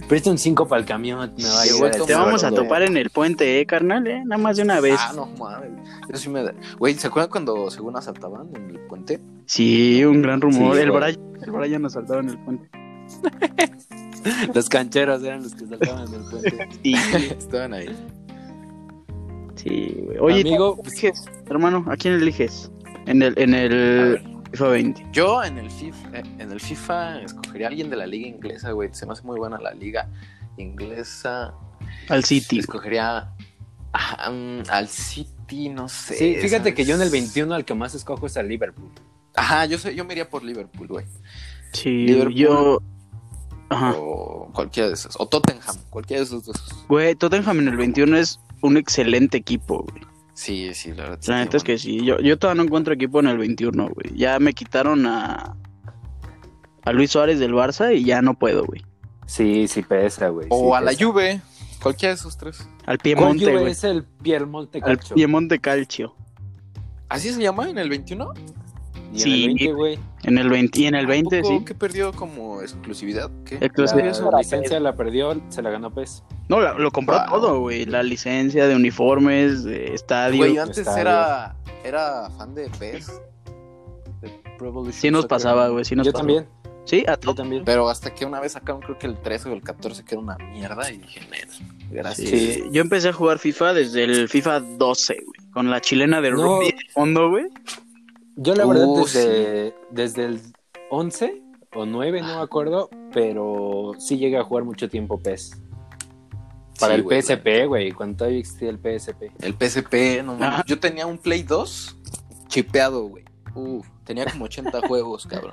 S1: Presta un 5 para el camión. Me va a este
S3: Sí,
S1: llegar
S3: güey,
S1: el
S2: Te vamos a
S1: sábado.
S2: topar en el puente, eh, carnal, eh. Nada más de una vez.
S3: Ah, no mames. Yo sí me da- Güey, ¿se acuerdan cuando según asaltaban en el puente?
S2: Sí, un gran rumor.
S1: Sí,
S2: el,
S1: güey.
S2: Brian, el Brian asaltado en el puente.
S1: Los cancheros eran los que saltaban del puente.
S2: Sí,
S3: Estaban ahí.
S2: sí, güey. Oye,
S1: Amigo, pues,
S2: ¿tú qué eliges, hermano? ¿A quién eliges? En el, en
S3: A
S2: el
S3: ver.
S2: FIFA 20.
S3: Yo en el FIFA, eh, en el FIFA escogería a alguien de la liga inglesa, güey. Se me hace muy buena la liga inglesa.
S2: Al City. güey.
S3: Escogería ah, mm, al City, no sé.
S1: Sí, fíjate
S3: ¿sabes?
S1: que yo en el 21 al que más escojo es al Liverpool.
S3: Ajá, yo, sé, yo me iría por Liverpool, güey.
S2: Sí,
S3: Liverpool.
S2: yo. Ajá.
S3: O cualquiera de esos. O Tottenham, cualquiera de esos dos.
S2: Güey, Tottenham en el 21 es un excelente equipo, güey.
S3: Sí, sí, la verdad. sí,
S2: La neta es
S3: bueno.
S2: que sí. Yo, yo todavía no encuentro equipo en el 21, güey. Ya me quitaron a. A Luis Suárez del Barça y ya no puedo, güey.
S1: Sí, sí pesa, güey.
S3: O
S1: sí
S3: a la
S1: pesa.
S3: Juve, cualquiera de esos tres.
S2: Al
S1: ¿Cuál
S2: Piemonte,
S1: Juve
S2: güey.
S1: es el Piemonte
S2: Al
S1: Calcio.
S2: Piemonte Calcio.
S3: ¿Así se llama en el 21?
S1: Y en
S2: Sí.
S1: el 20, güey.
S2: En el 20, y en el 20, sí.
S3: que perdió como exclusividad? ¿Qué?
S2: Entonces,
S1: la
S2: eso era-
S1: licencia la perdió, se la ganó PES.
S2: no, la- lo compró
S3: Wow.
S2: todo, güey. La licencia de uniformes, de estadio.
S3: Güey, yo antes
S1: Estadio.
S3: era, era fan de PES. de Pro Evolution
S2: Sí nos
S3: Soccer.
S2: pasaba, güey. Sí nos
S1: Yo
S2: pasaba.
S1: también,
S2: Sí, a
S1: yo
S2: todos.
S1: también.
S3: Pero hasta que una vez sacaron, creo que el 13 o el 14, que era una mierda. Y dije, "Nel, gracias.
S2: Sí, Yo empecé a jugar FIFA desde el FIFA 12, güey. Con la chilena de
S1: No.
S2: rugby de fondo, güey.
S1: Yo la verdad
S3: Uh,
S2: Oh,
S1: desde, desde el 11 o 9, no me acuerdo, pero sí llegué a jugar mucho tiempo PES. Para
S3: Sí,
S1: el
S3: güey,
S1: PSP, güey, cuando todavía existía el PSP.
S3: El PSP, no mames.
S2: Ajá.
S3: Yo tenía un Play 2 chipeado, güey. Uf, tenía como 80 juegos, cabrón.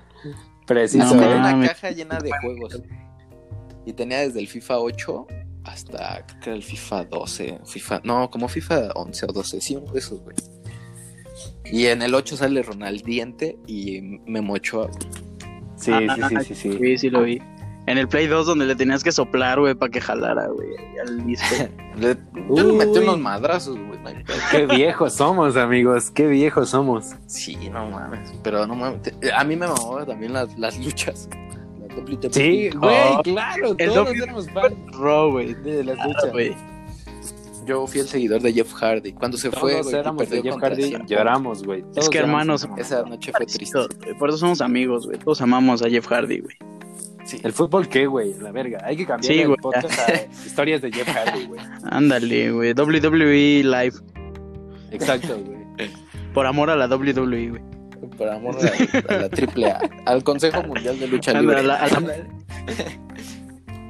S1: Preciso, ¿eh?
S2: No,
S1: güey.
S3: Era una
S2: mames.
S3: caja llena de juegos. Y tenía desde el FIFA 8 hasta creo que era el FIFA 12. FIFA, no, como FIFA 11 o 12. Sí, uno de esos, güey. Y en el 8 sale Ronaldiente y me mochó.
S1: Sí, sí, sí, sí, sí.
S2: Sí, sí lo vi. En el Play 2 donde le tenías que soplar, güey, para que jalara, güey, al disco.
S3: Le- yo le metí
S1: Uy.
S3: unos madrazos, güey. no hay pedo.
S1: Qué viejos somos, amigos, qué viejos somos.
S3: Sí, no mames. Pero no mames. te- A mí me mamaba también las, las luchas. La WWE.
S1: Sí, güey,
S2: Oh.
S1: claro,
S2: El
S1: todos
S2: doble-
S1: éramos fan
S2: Ro, güey.
S1: de las luchas.
S2: güey.
S3: Yo fui el seguidor de Jeff Hardy. Cuando se fue,
S1: Todos
S3: güey, que
S1: éramos de
S3: perdió
S1: Jeff
S3: contra
S1: Hardy,
S3: Cien.
S1: lloramos, güey. Todos
S2: que,
S1: lloramos.
S2: hermanos,
S3: Esa noche fue triste.
S2: Por eso somos amigos, güey. Todos amamos a Jeff Hardy, güey.
S3: Sí.
S1: ¿El fútbol qué, güey? La verga. Hay que cambiar
S2: Sí,
S1: el
S2: güey.
S1: podcast a historias de Jeff Hardy, güey.
S2: Ándale, güey. WWE Live.
S1: Exacto, güey.
S2: Por amor a la WWE, güey.
S3: Por amor a la, a la triple A. Al Consejo Mundial de Lucha
S2: Ándale,
S3: Libre.
S2: a la- a la-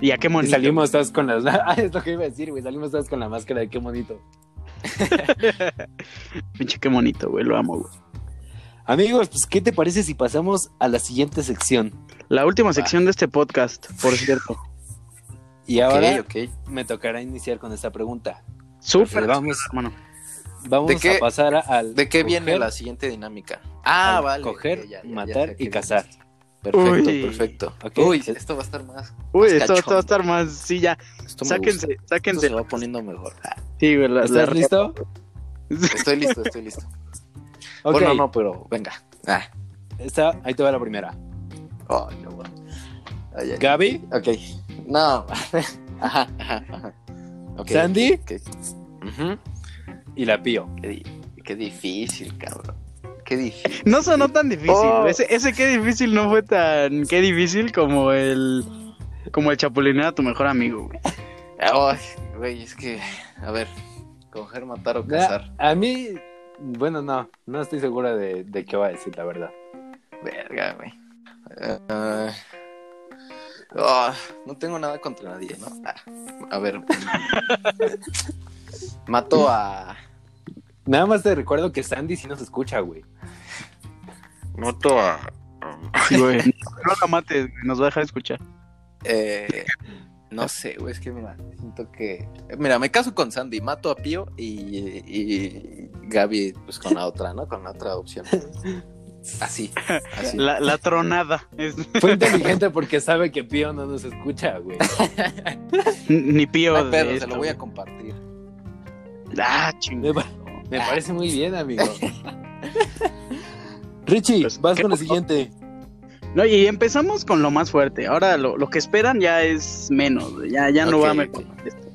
S2: Y ya qué
S1: Y
S2: bonito.
S1: salimos todos con las. Ah, es lo que iba a decir, güey. Salimos todos con la máscara de qué bonito.
S2: Pinche qué bonito, güey. Lo amo, güey.
S1: Amigos, pues, ¿qué te parece si pasamos a la siguiente sección?
S2: La última sección de este podcast, por cierto.
S1: Y ahora
S3: Ok, ok.
S1: me tocará iniciar con esta pregunta.
S2: Súper.
S1: vamos.
S2: hermano.
S1: Vamos
S3: ¿De qué-
S1: a pasar a- al.
S3: ¿De qué viene
S1: coger,
S3: la siguiente dinámica? Ah,
S1: al
S3: vale.
S1: Coger,
S3: ok, ya, ya, ya
S1: matar
S3: sé
S1: y
S3: qué
S1: cazar.
S3: viene. Perfecto,
S2: Uy.
S3: perfecto.
S1: Ok.
S3: Uy, esto va a estar más.
S2: Uy,
S3: Más
S2: esto, esto va a
S3: cachondo.
S2: estar más. Sí, ya.
S3: Esto me
S2: sáquense,
S3: gusta. Esto
S2: sáquense.
S3: se va poniendo mejor. Ah,
S2: Sí, güey. la- la-
S1: ¿Estás listo?
S3: Estoy listo, estoy listo.
S1: Ok,
S3: Bueno, no, pero venga. Ah.
S1: esta- ahí te va la primera.
S3: Ay, no, bueno. Ay, ay.
S1: Gaby,
S3: Ok. No. ajá, ajá, ajá. Ok,
S1: Sandy
S3: ok. Ujú.
S1: y la Pío.
S3: Qué, di- qué difícil, cabrón. Qué difícil.
S2: No sonó tan difícil.
S3: Oh.
S2: Ese, ese qué difícil no fue tan qué difícil como el como el chapulinear a tu mejor amigo, güey.
S3: Ay, güey, es que. A ver. Coger, matar o cazar.
S1: Ya, A mí, bueno, no, no estoy segura de, de qué va a decir, la verdad.
S3: Verga, güey. Ah, ah, no tengo nada contra nadie, ¿no? Ah, a ver. Mato a.
S1: Nada más te recuerdo que Sandy sí nos escucha, güey.
S3: Mato a.
S2: No la mates, güey, nos va a dejar escuchar.
S3: Eh, no sé, güey, es que mira, siento que. Mira, me caso con Sandy, mato a Pío y, y Gaby, pues con la otra, ¿no? Con la otra opción. Así, así.
S2: La, la tronada. Es-
S1: Fue inteligente porque sabe que Pío no nos escucha, güey.
S2: ni pío
S3: No hay
S2: de
S3: pedo, se
S2: esto,
S3: lo voy a Eh,
S2: güey.
S3: compartir.
S2: Ah,
S1: Me,
S2: chingón.
S1: pa- me parece muy bien, amigo. Richie,
S2: Pues,
S1: vas
S2: ¿qué
S1: con lo
S2: pasó?
S1: siguiente.
S2: No, y empezamos con lo más fuerte. Ahora lo, lo que esperan ya es menos, güey, ya ya no
S3: Ok,
S2: va a mejorar esto.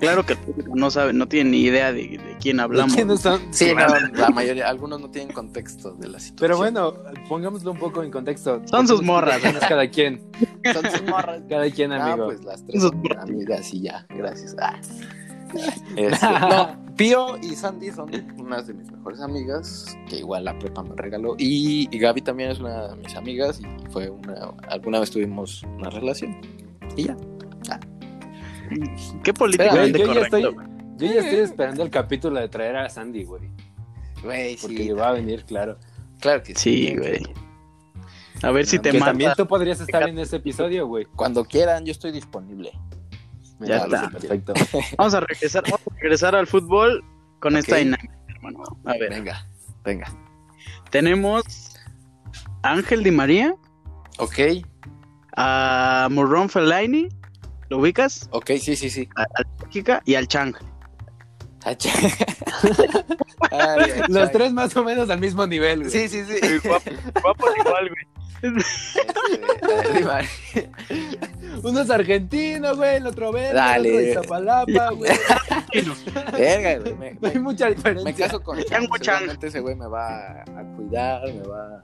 S2: Claro que el público no sabe, no tiene ni idea de, de quién
S1: ¿De
S2: hablamos.
S1: quiénes son?
S3: Sí, no, la mayoría, algunos no tienen contexto de la situación.
S1: Pero bueno, pongámoslo un poco en contexto.
S2: Son sus morras.
S1: Cada quien,
S3: son sus morras.
S1: cada quien,
S3: Ah,
S1: amigo.
S3: pues las tres
S2: Sus
S3: son amigas y ya, gracias. Ah. Este, no, Pío y Sandy son unas de mis mejores amigas, que igual la prepa me regaló. Y, y Gaby también es una de mis amigas y fue una. Alguna vez tuvimos una relación. Y ya.
S2: ¿Qué política
S1: Güey, yo, ya
S2: correcto?
S1: estoy,
S2: güey?
S1: yo ya estoy esperando el capítulo de traer a Sandy, güey.
S3: Güey,
S1: Porque
S3: sí.
S1: le va a venir, claro.
S3: Claro que sí.
S2: Sí, güey. A ver si
S3: No,
S2: te
S1: que
S2: mata.
S1: también tú podrías estar en ese episodio, güey.
S3: Cuando quieran, yo estoy disponible. Me
S2: Ya
S3: parece
S2: está.
S1: Perfecto.
S2: Vamos a regresar, vamos a regresar al fútbol con esta
S3: Ok.
S2: dinámica, hermano. A ver,
S3: Venga, venga.
S2: tenemos a Ángel Di María,
S3: Ok,
S2: a Murrón Fellaini, ¿lo ubicas?
S3: ok, sí, sí, sí.
S2: A- Al Chica y al Chang.
S3: Ay, ay,
S1: Los
S3: ay.
S1: tres más o menos al mismo nivel, güey.
S3: Sí, sí, sí.
S2: Guapo, guapo igual, güey.
S3: Este, Di María.
S1: Uno es argentino, güey, el otro verde,
S3: Dale.
S1: el otro de Iztapalapa, güey.
S3: Verga, güey, me-
S1: No hay
S3: me-
S1: mucha
S3: Me
S1: diferencia.
S3: caso con Chang.
S2: Chango Chang.
S3: Seguramente ese güey me va a cuidar, me va.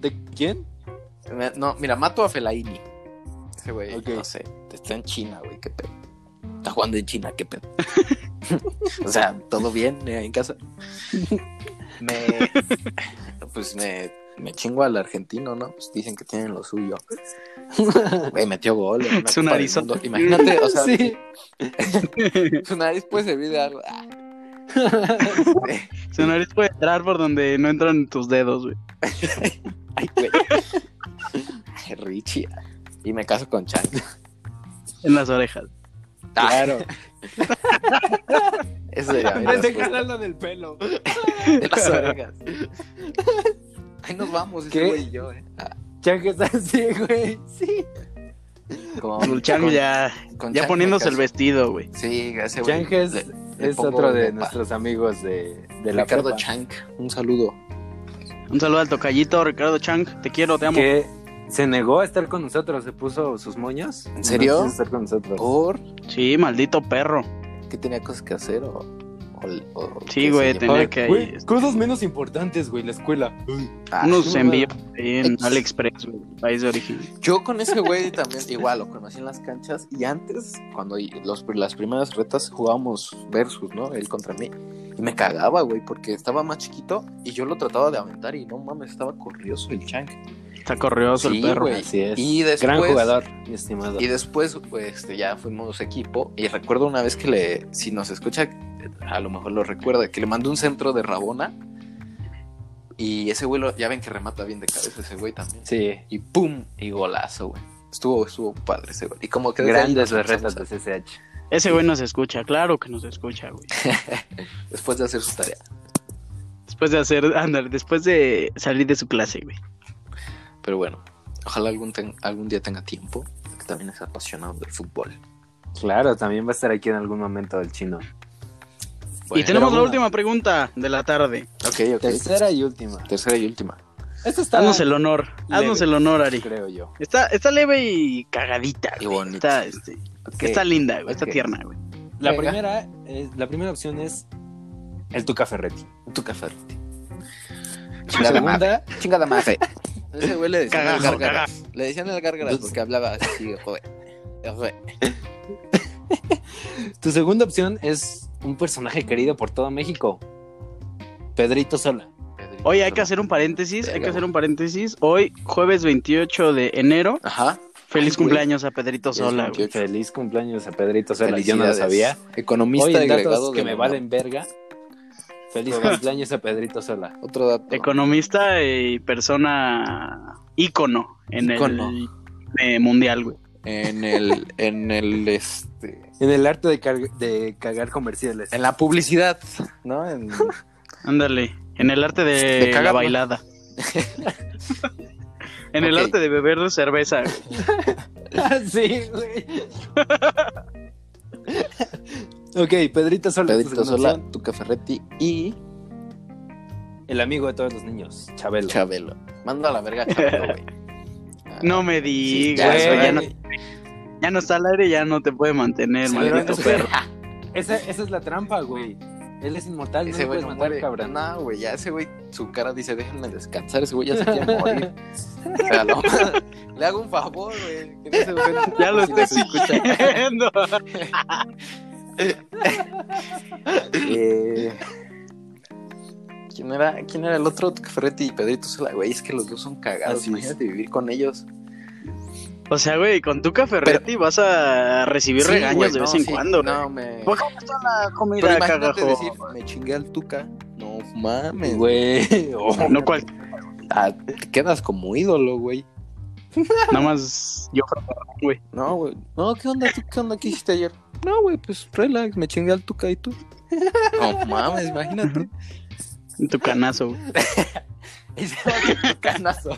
S1: ¿De quién?
S3: me- no, mira, mato a Felaini. Ese güey,
S1: Ok.
S3: no sé. Está en China, güey, qué pedo. Está jugando en China, qué pedo. o sea, todo bien eh, en casa. Me. Pues me, me chingo al argentino, ¿no? Pues dicen que tienen lo suyo. Güey, metió gol. en
S2: Es un
S3: Copa del
S2: Arizona.
S3: Mundo. Imagínate, o sea,
S1: sí.
S3: su nariz puede servir de algo. Ah,
S2: Su nariz puede entrar por donde no entran tus dedos, güey.
S3: ay, güey. Ay, Richie. Y me caso con Chang.
S2: En las orejas.
S1: Claro.
S3: Ah. Eso sería mi
S1: En vez de
S3: respuesta.
S1: jalarlo del pelo.
S3: De las orejas. Ahí nos vamos,
S1: ¿Qué?
S3: ese güey y yo, eh.
S1: Chanque está así, güey. Sí.
S3: Como-
S2: El Chang ya,
S3: con
S2: ya
S3: Chang
S2: poniéndose
S3: me
S2: el
S3: caso.
S2: vestido, güey.
S3: Sí, ese güey.
S1: Chanque es,
S3: Le- le
S1: es
S3: pongo
S1: otro de
S3: ropa.
S1: nuestros amigos de, de la
S3: Ricardo
S1: prepa.
S3: Chang, un saludo.
S2: Un saludo al tocallito, Ricardo Chang. Te quiero, te amo.
S1: Que se negó a estar con nosotros, se puso sus moños.
S3: ¿En serio?
S1: No quiso estar con nosotros.
S3: ¿Por
S2: Sí, maldito perro.
S3: qué tenía cosas que hacer? O, o- o-
S2: Sí,
S3: qué
S2: güey,
S3: se
S2: tenía-
S3: llamaba?
S1: Ay,
S2: que-
S1: güey, cosas menos importantes, güey, la escuela. Uy.
S3: Ah,
S2: Unos
S1: sí,
S2: envíos ahí en
S3: Ex.
S2: AliExpress, güey, país de origen.
S3: Yo con ese güey también, igual, lo conocí en las canchas. Y antes, cuando y- los, las primeras retas jugábamos versus, ¿no? Él contra mí. Y me cagaba, güey, porque estaba más chiquito y yo lo trataba de aventar y no mames, estaba corrioso el Chang.
S2: Está corrioso
S3: Sí,
S2: el perro.
S3: güey.
S1: Así es.
S3: Y después-
S1: Gran jugador, mi estimado.
S3: Y después, pues, este, ya fuimos equipo. Y recuerdo una vez que le, si nos escucha, a lo mejor lo recuerda, que le mandó un centro de Rabona. Y ese güey, lo- ya ven que remata bien de cabeza ese güey también.
S1: Sí.
S3: Y ¡pum! Y golazo, güey. Estuvo, estuvo padre ese güey. Y como que desde ahí
S1: Grandes
S3: nos
S1: las retas
S3: empezamos
S1: de CCH.
S2: Ese güey nos escucha, claro que nos escucha, güey.
S3: a- después de hacer su tarea.
S2: Después de hacer, andar, después de salir de su clase, güey.
S3: Pero bueno, ojalá algún, ten- algún día tenga tiempo, que también es apasionado del fútbol.
S1: Claro, también va a estar aquí en algún momento el chino.
S2: y tenemos la
S3: pero-
S2: última pregunta de la tarde.
S3: Ok, ok.
S1: Tercera y última.
S3: Tercera y última.
S1: Esta está,
S2: Haznos el honor, haznos el honor, Ari.
S1: creo yo.
S2: Está, está leve y cagadita,
S3: Y
S2: güey. Está,
S3: bonita.
S2: este,
S1: Ok.
S2: está linda, güey. Está
S1: Ok.
S2: tierna, güey.
S1: La
S3: Venga.
S1: primera, es- la primera opción es el Tuca Ferretti.
S3: Tu café. Ruti.
S1: La
S3: Chingada madre.
S1: segunda,
S3: Chingada madre. Ese güey le decían
S2: Cagajo,
S3: el gárgaras. Le decían el gárgaras porque hablaba así, joder. Joder.
S1: tu segunda opción es un personaje querido por todo México. Pedrito Sola.
S2: Hoy hay que hacer un paréntesis, hay
S3: Verga,
S2: que hacer
S3: güey.
S2: un paréntesis. Hoy, jueves 28 de enero,
S3: Ajá.
S2: feliz
S3: Ay, güey.
S2: cumpleaños a Pedrito Sola, güey.
S3: 28.
S1: Feliz cumpleaños a Pedrito Sola. Yo no lo sabía.
S3: Felicidades. Economista
S1: Hoy en datos
S3: egregado
S1: que
S3: de
S1: me
S3: la
S1: valen verga. Feliz
S3: Ajá.
S1: cumpleaños a Pedrito Sola.
S3: UNAM. Otro dato.
S2: Economista y persona ícono en
S3: Ícono.
S2: el eh, mundial, güey.
S3: en el. En el. Este.
S1: En el arte de, car- de cagar comerciales.
S3: En la publicidad, ¿no? En-
S2: Ándale, en el arte de,
S3: De cagar,
S2: la
S3: ¿no?
S2: bailada. en el
S3: Ok.
S2: arte de beber cerveza. güey.
S1: Ah, sí, güey. ok, Pedrito Sola. tu segunda
S3: Pedrito Sola,
S1: opción.
S3: Tuca Ferretti y
S1: El amigo de todos los niños, Chabelo.
S3: Chabelo. Manda a la verga a Chabelo, güey. Ah,
S2: No me
S3: sí,
S2: digas,
S3: ya,
S1: güey,
S2: güey, ya,
S3: güey.
S2: no, ya no está al aire, ya no te puede mantener,
S3: Sí,
S1: Pero
S2: maldito
S1: esa-
S2: perro.
S1: Esa, esa es la trampa, güey. Él es inmortal,
S3: Ese
S1: no
S3: güey
S1: lo puedes
S3: no
S1: matar,
S3: muere.
S1: cabrón.
S3: No, güey, ya ese güey, su cara dice, déjenme descansar, ese güey ya se quiere morir. O sea, lo- le hago un favor, güey. que no se ofenda.
S2: Ya lo
S3: Si nos
S2: estoy exigiendo.
S3: Eh, ¿Quién era, ¿Quién era el otro? Ferretti y Pedrito Sola, güey. Es que los dos son cagados.
S1: Así es.
S3: Imagínate vivir con ellos.
S2: O sea, güey, con tu Ferretti vas a recibir
S3: Sí,
S2: regaños
S3: güey,
S2: de
S3: no,
S2: vez en
S3: sí,
S2: cuando.
S3: No, me...
S2: güey. ¿Cómo está la
S3: Pero
S2: comida,
S3: imagínate
S2: cagajo?
S3: decir, me chingué al Tuca. No mames.
S1: Güey. oh.
S2: No cual,
S3: Ah, te quedas como ídolo, güey.
S2: nada más yo
S3: No, güey. No, ¿qué onda? ¿Tú qué onda? ¿Qué hiciste ayer? No, güey, pues relax, me chingué al tuca y tú. No mames, imagínate.
S2: en tu canazo, güey.
S3: Y se va con tu canazo.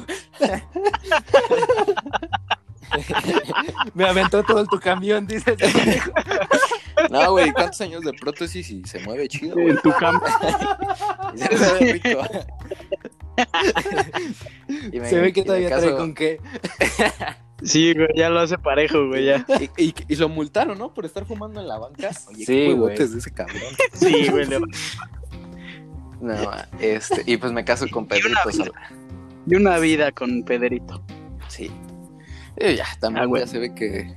S1: Me aventó todo tu camión, dices.
S3: No, güey, ¿cuántos años de prótesis y se mueve chido, güey?
S2: En tu campo.
S3: Y se mueve rico. Y me-
S1: Se ve
S3: y
S1: que
S3: de
S1: todavía trae
S3: acaso-
S1: con qué.
S2: Sí, güey, ya lo hace parejo, güey, ya.
S3: Y, y- y lo multaron, ¿no? Por estar fumando en la banca. Oye,
S1: Sí,
S3: qué
S1: güey.
S3: huevotes de ese cabrón.
S2: Sí, güey. le-
S3: No, este, y pues me caso con Pedrito Sola.
S2: De una vida con Pedrito.
S3: Sí. Y ya, también
S2: Ah, güey.
S3: ya se ve que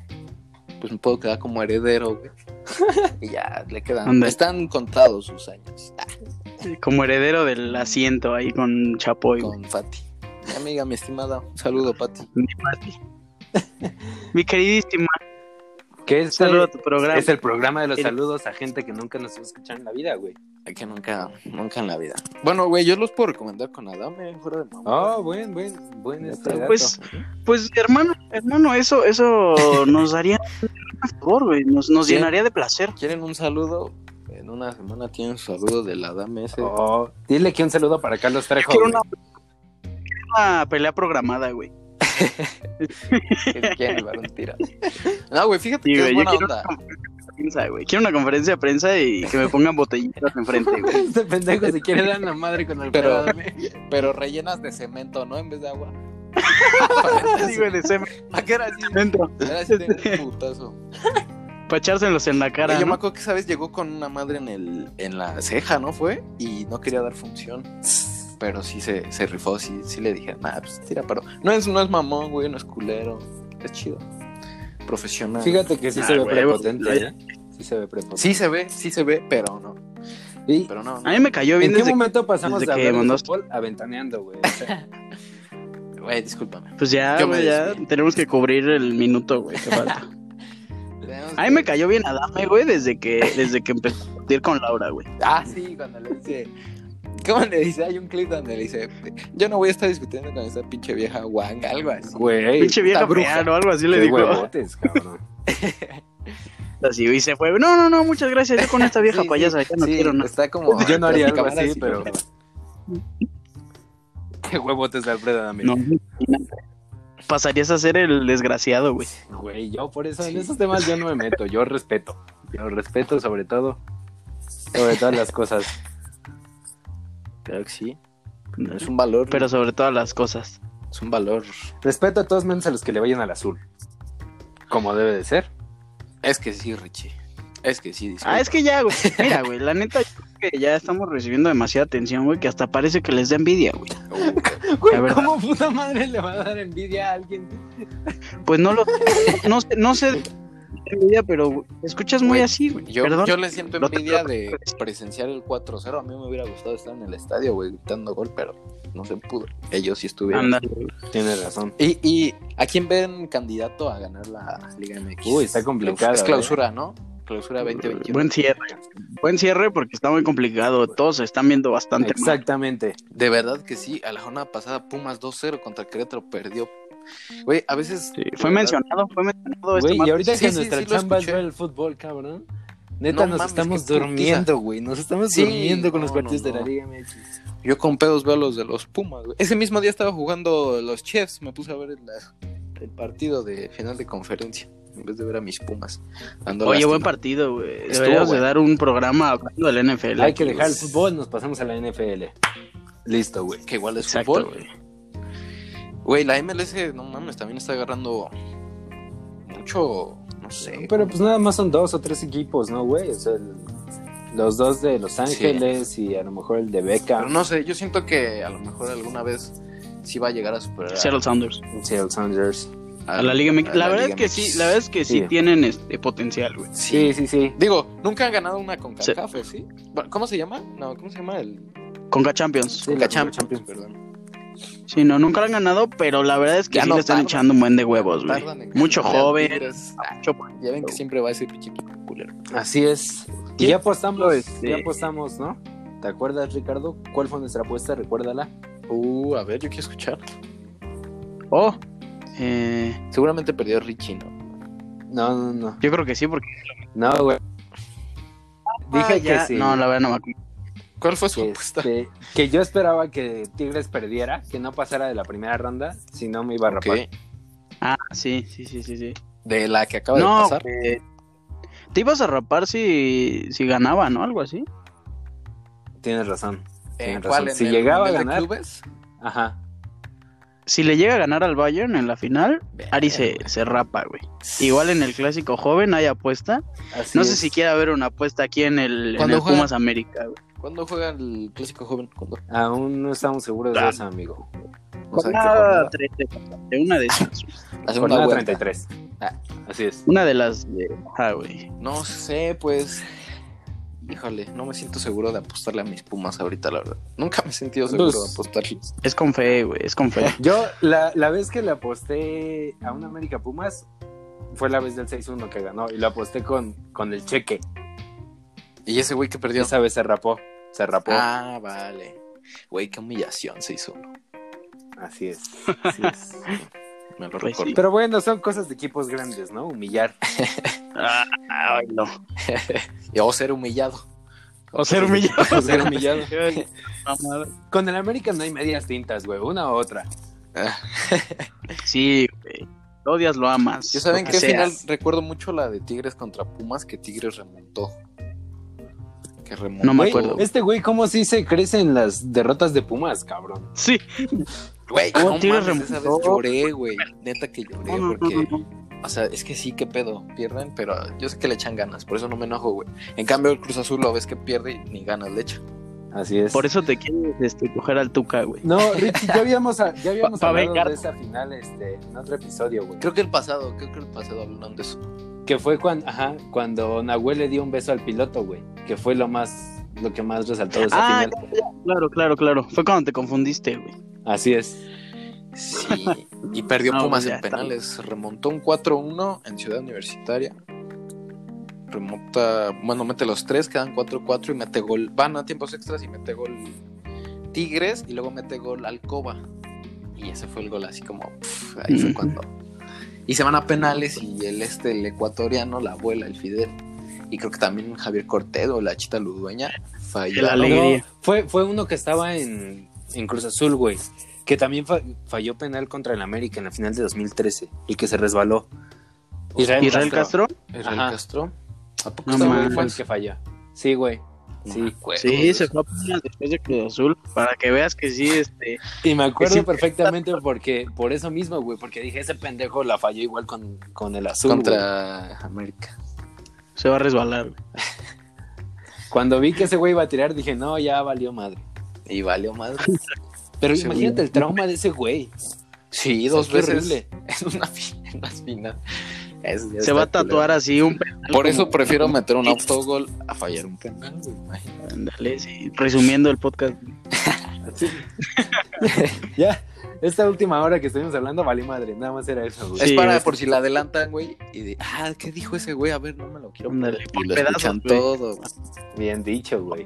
S3: pues me puedo quedar como heredero, güey. y ya le quedan.
S2: Anda.
S3: Están contados sus años. Ah,
S2: Como heredero del asiento ahí con Chapoy, güey.
S3: con Fati. Mi amiga, mi estimada. Un saludo, Fati.
S2: Mi Pati. Mi queridísima,
S1: Que este
S2: saludo a tu programa.
S1: es el programa de los
S2: El-
S1: saludos a gente que nunca nos va a escuchar en la vida, güey.
S3: Que nunca, nunca en la vida. Bueno, güey, yo los puedo recomendar con Adame, fuera de mamá.
S2: Ah.
S1: Oh, buen, buen, buen este dato.
S2: Pues, pues hermano, hermano, eso, eso nos daría un favor, güey. Nos, nos
S3: Bien.
S2: llenaría de placer.
S3: ¿Quieren un saludo? En una semana tienen su saludo del Adame ese.
S1: Oh, dile que un saludo para Carlos Trejo.
S2: Quiero
S1: güey.
S2: una, quiero una pelea programada, güey.
S3: Que quieren llevar un tiro. No, güey, fíjate
S2: Sí,
S3: que
S2: güey,
S3: es
S2: yo
S3: buena
S2: quiero
S3: onda.
S2: una conferencia de prensa, güey. Quiero una conferencia de prensa y que me pongan botellitas enfrente, güey.
S1: Este pendejo se quiere dar la madre con el
S3: Pero-
S1: Adame.
S3: Pero rellenas de cemento, ¿no? En vez de agua.
S2: Sí, güey, de semen
S3: ¿A qué era así?
S2: dentro.
S3: Era así de un putazo.
S2: Para echárselos en la cara.
S3: Oye, yo me
S2: ¿no?
S3: acuerdo que esa vez llegó con una madre en, el, en la ceja, ¿no fue? Y no quería dar función. Pero sí se, se rifó, sí, sí le dije, nah, pues tira, pero no es, no es mamón, güey, no es culero. Es chido. Profesional.
S1: Fíjate que sí
S2: Ah,
S1: se ve
S2: güey,
S1: prepotente,
S2: güey.
S1: ¿eh? Sí se ve prepotente.
S3: Sí se ve, sí se ve, pero no.
S1: Y-
S3: Pero no. no.
S2: A mí me cayó bien
S1: ¿En qué
S2: desde que-
S1: momento pasamos
S2: desde
S1: de
S2: que
S1: hablar de
S2: mandaste-
S1: fútbol a ventaneando, güey? O sea,
S3: Güey, discúlpame.
S2: Pues ya,
S3: Yo me
S2: güey, ya
S3: desvío.
S2: tenemos que cubrir el minuto, güey, que falta. A mí me cayó bien Adame, güey, desde que, desde que empezó a discutir con Laura, güey.
S3: Ah, sí, cuando le dice. ¿Cómo le dice? Hay un clip donde le dice: Yo no voy a estar discutiendo con esa pinche vieja Wang, algo así.
S1: Güey,
S2: Pinche vieja
S3: bruja.
S2: bruja o algo así
S1: qué
S2: le dijo.
S1: huevotes, cabrón.
S2: Así, y se fue. No, no, no, muchas gracias. Yo con esta vieja
S3: Sí, sí,
S2: payasa ya no
S3: sí,
S2: quiero nada.
S3: Está como.
S1: Pues Yo no haría algo
S3: cámara
S1: así, pero- Qué huevotes de Alfredo Adame.
S2: No, imagínate. Pasarías a ser el desgraciado, güey.
S1: Güey, yo por eso en
S3: Sí.
S1: esos temas yo no me meto, yo respeto. Yo respeto sobre todo. Sobre todas las cosas.
S3: Claro que sí. Es un valor.
S2: Pero sobre todas las cosas.
S3: Es un valor.
S1: Respeto a todos menos a los que le vayan al azul. Como debe de ser.
S3: Es que sí, Richie. Es que sí, disculpa.
S2: Ah, es que ya, güey. Mira, güey, la neta, yo creo que ya estamos recibiendo demasiada atención, güey, que hasta parece que les da envidia, güey.
S3: Oh,
S2: La verdad.
S1: ¿cómo puta madre le va a dar envidia a alguien?
S2: Pues no lo no, sé- no sé de qué envidia, pero güey, escuchas muy
S3: Güey,
S2: así, güey.
S3: Yo,
S2: Perdón.
S3: yo le siento
S2: No te
S3: envidia de
S2: preocupes.
S3: presenciar el 4-0. A mí me hubiera gustado estar en el estadio, güey, gritando gol, pero no se pudo. Ellos sí estuvieron.
S2: Ándale, güey.
S1: Tienes razón.
S3: ¿Y, y a quién ven candidato a ganar la Liga MX?
S1: Uy, está complicado,
S3: Es
S1: ¿eh?
S3: clausura, ¿no? Clausura 2021.
S2: Buen cierre. Buen cierre porque está muy complicado. Todos se están viendo bastante mal.
S1: Exactamente.
S3: De verdad que sí, a la jornada pasada Pumas 2-0 contra Querétaro perdió. Güey, a veces...
S2: Sí,
S3: de
S2: fue
S3: verdad,
S2: mencionado, fue mencionado este
S1: Güey, y
S2: martes.
S1: ahorita
S3: Sí,
S1: que
S3: sí,
S1: nuestra
S3: sí, lo
S1: chamba es
S3: escuché.
S1: ver el fútbol, cabrón. Neta,
S3: No
S1: nos
S3: mames,
S1: estamos
S3: qué putiza.
S1: durmiendo, güey. Nos estamos
S3: Sí,
S1: durmiendo con los
S3: no,
S1: partidos
S3: no,
S1: de la
S3: no.
S1: Liga MX.
S3: Yo con pedos veo los de los Pumas, güey. Ese mismo día estaba jugando los Chefs, me puse a ver la- el partido de final de conferencia en vez de ver a mis Pumas. Dando
S2: Oye,
S3: lástima.
S2: buen partido, güey.
S3: Estuvo,
S2: Deberíamos
S3: güey.
S2: de dar un programa hablando del NFL.
S1: Hay que
S2: aquí,
S1: dejar el
S2: güey.
S1: fútbol, nos pasamos a la NFL. Listo, güey.
S3: Que igual es
S2: Exacto,
S3: fútbol.
S2: güey.
S3: Güey, la MLS, no mames, también está agarrando mucho, no sé.
S1: Pero pues nada más son dos o tres equipos, ¿no, güey? O sea, el- los dos de Los Ángeles y a lo mejor el de Beca.
S3: Pero no sé, yo siento que a lo mejor alguna vez sí va a llegar a superar a-
S2: Seattle Sounders.
S1: Seattle Sounders.
S2: A la Liga MX.
S3: a
S2: La verdad es
S3: Liga
S2: que
S3: MX.
S2: sí, la verdad es que sí
S1: Sí.
S2: tienen este potencial, güey.
S1: Sí, sí, sí.
S3: Digo, nunca han ganado una con CACAF, ¿sí? Bueno, ¿Cómo se llama? No, ¿cómo se llama? El
S2: Conca Champions.
S1: Sí, la
S3: Conca Champions,
S1: Champions.
S3: perdón.
S2: Sí, no, nunca lo han ganado, pero la verdad es que
S3: Ya
S2: sí
S3: no
S2: le están
S3: tardan.
S2: echando un buen de huevos, güey.
S3: Tardan en-
S2: Mucho
S3: Tardan
S2: joven.
S3: Tigres. Ah,
S2: Mucho-
S3: Ya ven que siempre va ese pinche equipo culero.
S1: Así es. Y
S2: ¿Quién?
S1: ya apostamos,
S2: Este-
S1: ya apostamos, ¿no? ¿Te acuerdas, Ricardo? ¿Cuál fue nuestra apuesta? Recuérdala.
S3: Uh, a ver, yo quiero escuchar.
S2: Oh, eh,
S3: Seguramente perdió Richie, ¿no?
S1: No, no, no.
S2: yo creo que sí, porque
S1: No, güey. Dije que
S2: Ah, ya-
S1: sí.
S2: No, la verdad no me acuerdo.
S3: ¿Cuál fue su
S1: que,
S3: apuesta?
S1: este, que yo esperaba que Tigres perdiera, que no pasara de la primera ronda, si no me iba a rapar.
S3: Ok.
S2: Ah, sí, sí, sí, sí, sí.
S3: De la que acaba de
S2: No,
S3: pasar.
S2: güey. te ibas a rapar si, si ganaba, ¿no? Algo así.
S1: Tienes razón.
S3: ¿En
S1: tienes
S3: eh, cuál?
S1: razón.
S3: ¿En
S1: Si
S3: el
S1: llegaba a
S3: Mundial de
S1: ganar-
S3: Clubes?
S1: Ajá.
S2: Si le llega a ganar al Bayern en la final, Ari se, se rapa, güey. Igual en el clásico joven hay apuesta.
S1: Así
S2: No sé
S1: es.
S2: si quiere haber una apuesta aquí en el, en
S3: ¿Cuándo
S2: el
S3: juega?
S2: Pumas América, güey.
S3: ¿Cuándo juega el clásico joven? ¿Cuándo?
S1: Aún no estamos seguros de
S2: Ah.
S1: eso, amigo.
S3: No saben qué
S2: Jornada
S3: jornada.
S2: 13, de una de esas. güey.
S3: La segunda
S1: Jornada
S3: vuelta.
S1: 33.
S3: Ah.
S1: Así es.
S2: Una de las de. Ah, güey.
S3: No sé, pues. Híjole, no me siento seguro de apostarle a mis pumas ahorita, la verdad. Nunca me he sentido seguro
S1: Pues-
S3: de apostarles.
S2: Es con fe, güey. Es con fe.
S1: Yo, la, la vez que le aposté a un América Pumas, fue la vez del 6-1 que ganó. Y lo aposté con, con el cheque.
S3: ¿Y ese güey que perdió?
S1: Esa vez se rapó. Se rapó.
S3: Ah, vale. Güey, qué humillación se hizo.
S1: Así es. Así es.
S3: Me lo
S2: Pues
S3: recuerdo.
S1: Pero bueno, son cosas de equipos grandes, ¿no? Humillar.
S2: Ah, ay, no.
S3: Y- O ser humillado.
S2: O ser humillado.
S1: O ser humillado.
S2: Mamada.
S1: Con el América no hay medias tintas, güey. Una u otra.
S3: Ah,
S2: Sí, güey. Lo odias, lo amas.
S3: Yo saben
S2: lo
S3: que al final
S2: seas.
S3: recuerdo mucho la de Tigres contra Pumas, que Tigres remontó. Que remontó.
S2: No me
S1: Güey,
S2: acuerdo.
S1: Este güey, ¿cómo sí se crece en las derrotas de Pumas, cabrón?
S2: Sí.
S3: Güey,
S2: Oh,
S3: no
S2: Tigres
S3: mames, esa vez
S2: remontó.
S3: lloré, güey. Neta que lloré
S2: No, no, no,
S3: porque
S2: no, no.
S3: O sea, es que sí, qué pedo, pierden, pero yo sé que le echan ganas, por eso no me enojo, güey. En cambio, el Cruz Azul lo ves que pierde y ni ganas le echa.
S1: Así es.
S2: Por eso te quieres este, coger al Tuca, güey.
S1: No, Richie, ya habíamos, ya habíamos
S2: Pa- pa'
S1: hablado
S2: vengar.
S1: de esa final este, en otro episodio, güey.
S3: Creo que el pasado, creo que el pasado hablaron de eso.
S1: Que fue cuando, ajá, cuando Nahuel le dio un beso al piloto, güey. Que fue lo más, lo que más resaltó de esa
S2: Ah,
S1: final.
S2: ya, ya, claro, claro, claro. Fue cuando te confundiste, güey.
S1: Así es.
S3: Sí, y perdió
S2: No, pues
S3: Pumas
S2: ya
S3: en
S2: está.
S3: penales. Remontó un 4-1 en Ciudad Universitaria. Remonta, bueno, mete los tres, quedan 4-4 y mete gol. Van a tiempos extras y mete gol Tigres y luego mete gol Alcoba. Y ese fue el gol así como, pf, ahí fue
S2: Ujú.
S3: cuando. Y se van a penales y el este, el ecuatoriano, la abuela, el Fidel. Y creo que también Javier Cortés o la Chita Ludueña
S2: El
S3: fallaron.
S2: Ale- Alegría.
S1: No, fue, fue uno que estaba en, en Cruz Azul, güey. Que también fa- falló penal contra el América en la final de 2013. El que se resbaló. Israel,
S2: Israel Castro.
S3: Israel
S1: Ajá.
S3: Castro. ¿A poco
S2: No
S1: Ese
S3: estaba
S1: güey
S2: mames.
S1: fue el que falló. Sí, güey. Sí.
S3: me acuerdo de
S2: Sí,
S3: eso.
S2: se fue a Pumas después de Cruz Azul. Para que veas que sí, este.
S1: Y me acuerdo
S2: Sí.
S1: perfectamente porque, por eso mismo, güey. Porque dije, ese pendejo la falló igual con, con el azul. güey.
S3: contra América.
S2: Se va a resbalar.
S1: Cuando vi que ese güey iba a tirar, dije, no, ya valió madre.
S3: Y valió madre.
S1: Pero
S3: Sí,
S1: imagínate el trauma de ese güey.
S3: Sí,
S1: O sea,
S3: dos
S1: qué
S3: veces.
S1: horrible.
S3: En una, fi- en una final. Eso ya
S2: Se va a
S3: está
S2: tatuar
S3: culero.
S2: así un penal.
S3: Por
S2: como-
S3: eso prefiero meter un autogol a fallar un penal. güey, imagínate.
S2: Ándale, sí, Resumiendo el podcast.
S1: Ya, esta última hora que estuvimos hablando, valió madre. Nada más era eso, güey.
S3: es
S2: Sí,
S3: para
S2: es-
S3: por si la adelantan, güey. Y de, ah, ¿qué dijo ese güey? A ver, no me lo quiero.
S2: Ándale,
S3: perder.
S2: por
S3: y lo
S2: pedazos,
S3: escuchan
S2: güey.
S3: todo. güey.
S1: Bien dicho, güey.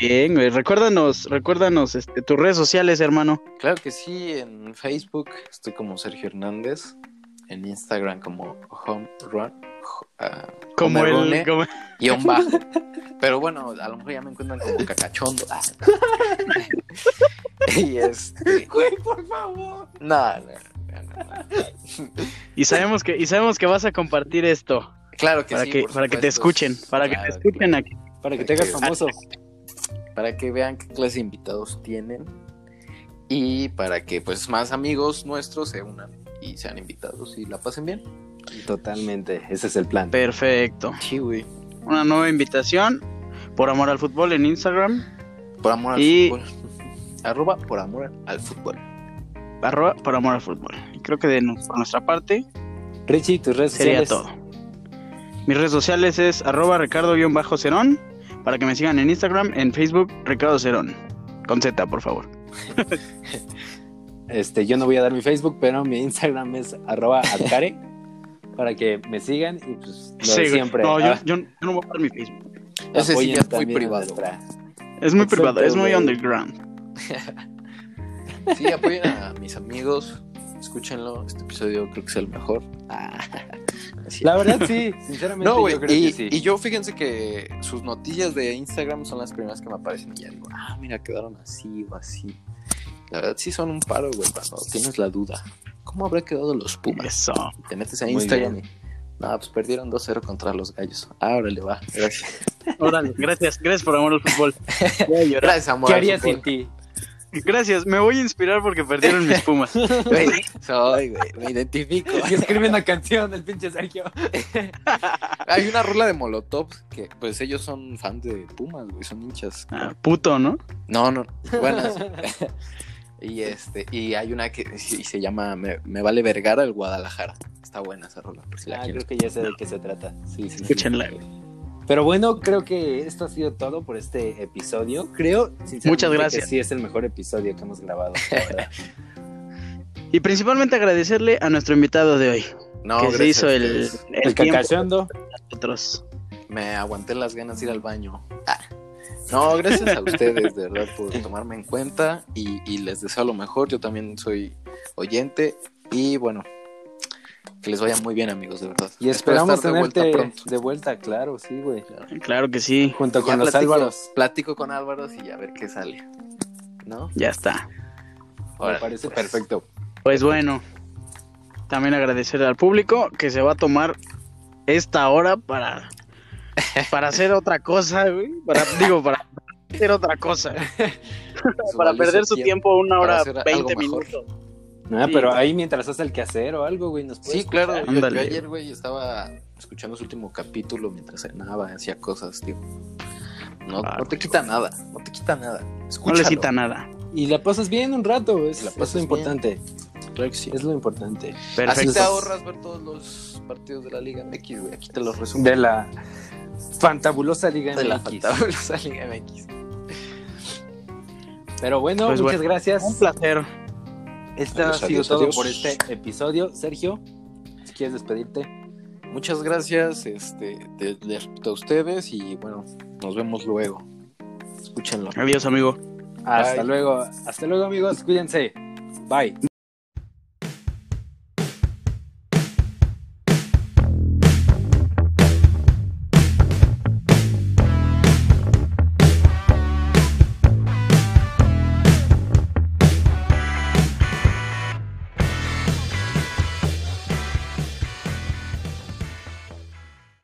S2: Bien, güey. Recuérdanos, recuérdanos este, tus redes sociales, hermano.
S3: Claro que sí, en Facebook estoy como Sergio Hernández. En Instagram como Home Run. jo- ah,
S2: Como
S3: Homerone.
S2: el. como-
S3: guión bajo. Pero bueno, a lo mejor ya me encuentran como cacachondo. Ah. y este.
S1: Güey, por favor.
S3: No, no, no, no.
S2: Y sabemos que, y sabemos que vas a compartir esto.
S3: Claro que
S2: Para
S3: sí.
S2: que,
S3: por
S2: para que te
S3: supuesto.
S2: escuchen. Para que te
S3: Claro,
S2: escuchen aquí.
S1: Para que te hagas famoso.
S3: Para que vean qué clase de invitados tienen. Y para que pues más amigos nuestros se unan y sean invitados y la pasen bien.
S1: Totalmente, ese es el plan.
S2: Perfecto.
S3: Sí, güey.
S2: Una nueva invitación. Por amor al fútbol en Instagram.
S3: Por amor al
S2: Y-
S3: fútbol. Arroba por amor al fútbol.
S2: Arroba por amor al fútbol. Y creo que de nu- por nuestra parte
S1: Richie, tus redes
S2: sería
S1: sociales.
S2: todo. Mis redes sociales es arroba ricardo-cerón. Para que me sigan en Instagram, en Facebook, Ricardo Cerón. Con Z, por favor.
S1: Este, yo no voy a dar mi Facebook, pero mi Instagram es arroba atcare para que me sigan y pues lo
S2: Sí,
S1: de
S2: güey.
S1: siempre.
S2: No, yo,
S1: ah,
S2: yo- yo no voy a dar mi Facebook.
S3: Ese sí
S1: apoyen
S3: ya es muy
S1: también a
S3: privado.
S1: nuestra-
S2: Es muy
S1: Exacto,
S2: privado, es muy
S1: güey.
S2: underground.
S3: Sí, apoyen a mis amigos. Escúchenlo. Este episodio creo que es el mejor. Ah, así
S1: La verdad sí, sinceramente
S3: No, güey,
S1: yo creo
S3: y,
S1: que sí.
S3: y yo fíjense que sus noticias de Instagram son las primeras que me aparecen y ya digo, ah, mira, quedaron así o así. La verdad sí son un paro, güey, cuando tienes la duda. ¿Cómo habrá quedado los Pumas?
S2: Eso.
S3: Te metes a
S1: Muy
S3: Instagram y, no, pues perdieron 2-0 contra los gallos. Ahora le va. Gracias.
S2: Órale, gracias, gracias por amor al fútbol. Voy a llorar.
S3: Gracias, amor.
S1: ¿Qué
S3: al
S1: haría sin
S3: fútbol.
S1: ti?
S2: Gracias, me voy a inspirar porque perdieron mis pumas.
S3: Güey, soy, güey, me identifico.
S1: Y escribe una canción el pinche Sergio.
S3: Hay una rola de Molotov que, pues, ellos son fans de Pumas, güey, son hinchas.
S2: Ah, puto, ¿no?
S3: No, no, buenas. y este, y hay una que y se llama Me, Me vale vergara el Guadalajara. Está buena esa rola, por si la
S1: Ah,
S3: quieres.
S1: creo que ya sé de qué se trata. Sí, sí, sí.
S2: Escúchenla.
S1: Pero bueno, creo que esto ha sido todo por este episodio. Creo, sinceramente,
S2: Muchas gracias.
S1: que sí es el mejor episodio que hemos grabado. la verdad.
S2: Y principalmente agradecerle a nuestro invitado de hoy,
S3: No,
S2: que se
S3: gracias
S2: hizo
S3: a
S2: el, el,
S3: ustedes.
S1: el
S2: tiempo
S1: cacachondo.
S2: con nosotros.
S3: Me aguanté las ganas de ir al baño. Ah. No, gracias a ustedes, de verdad, por tomarme en cuenta y, y les deseo lo mejor. Yo también soy oyente y bueno, que les vaya muy bien, amigos, de verdad.
S1: Y
S3: Espero
S1: esperamos
S3: estar de vuelta
S1: tenerte de
S3: pronto.
S1: vuelta, claro, sí, güey.
S2: Claro que sí,
S1: Junto
S3: Ya
S1: con los
S3: platico-
S1: Álvaros.
S3: Platico con Álvaro y a ver qué sale. ¿No?
S2: ya está.
S1: Me
S3: Órale,
S1: parece
S3: pues.
S1: perfecto.
S2: Pues bueno, también agradecer al público que se va a tomar esta hora para, para hacer otra cosa, güey. Para, digo, para hacer otra cosa.
S3: Su
S2: Para
S3: valioso
S2: perder su tiempo una
S3: para
S2: hora,
S3: hacer algo
S2: 20
S3: mejor.
S2: minutos.
S1: Ah,
S2: Sí.
S1: pero ahí mientras haces el quehacer o algo, güey, nos puedes
S3: Sí, claro. Yo, yo
S2: Ándale.
S3: ayer, güey, estaba escuchando su último capítulo mientras cenaba, hacía cosas, tío. No,
S2: Ah,
S3: no te quita nada, no te quita nada.
S2: No
S3: Escúchalo.
S2: les quita nada.
S1: Y la pasas bien un rato, es,
S3: La
S1: es
S3: pasas
S1: lo
S3: bien.
S1: importante.
S3: Claro que sí.
S1: Es lo importante.
S3: Así te
S2: Perfecto.
S3: ahorras ver todos los partidos de la Liga MX, güey. Aquí te los resumo.
S1: De la fantabulosa Liga
S3: De la
S1: MX.
S3: fantabulosa Liga MX.
S1: Pero bueno,
S2: Pues
S1: muchas
S2: bueno.
S1: gracias.
S2: Un placer.
S1: Esto
S3: Pues Adiós,
S1: ha sido
S3: adiós,
S1: todo
S3: adiós.
S1: por este episodio. Sergio, si quieres despedirte.
S3: Muchas gracias este, de- de- a ustedes y bueno, nos vemos luego. Escúchenlo.
S2: Adiós, amigo.
S1: Hasta
S3: Bye.
S1: luego. Hasta luego, amigos. Cuídense. Bye.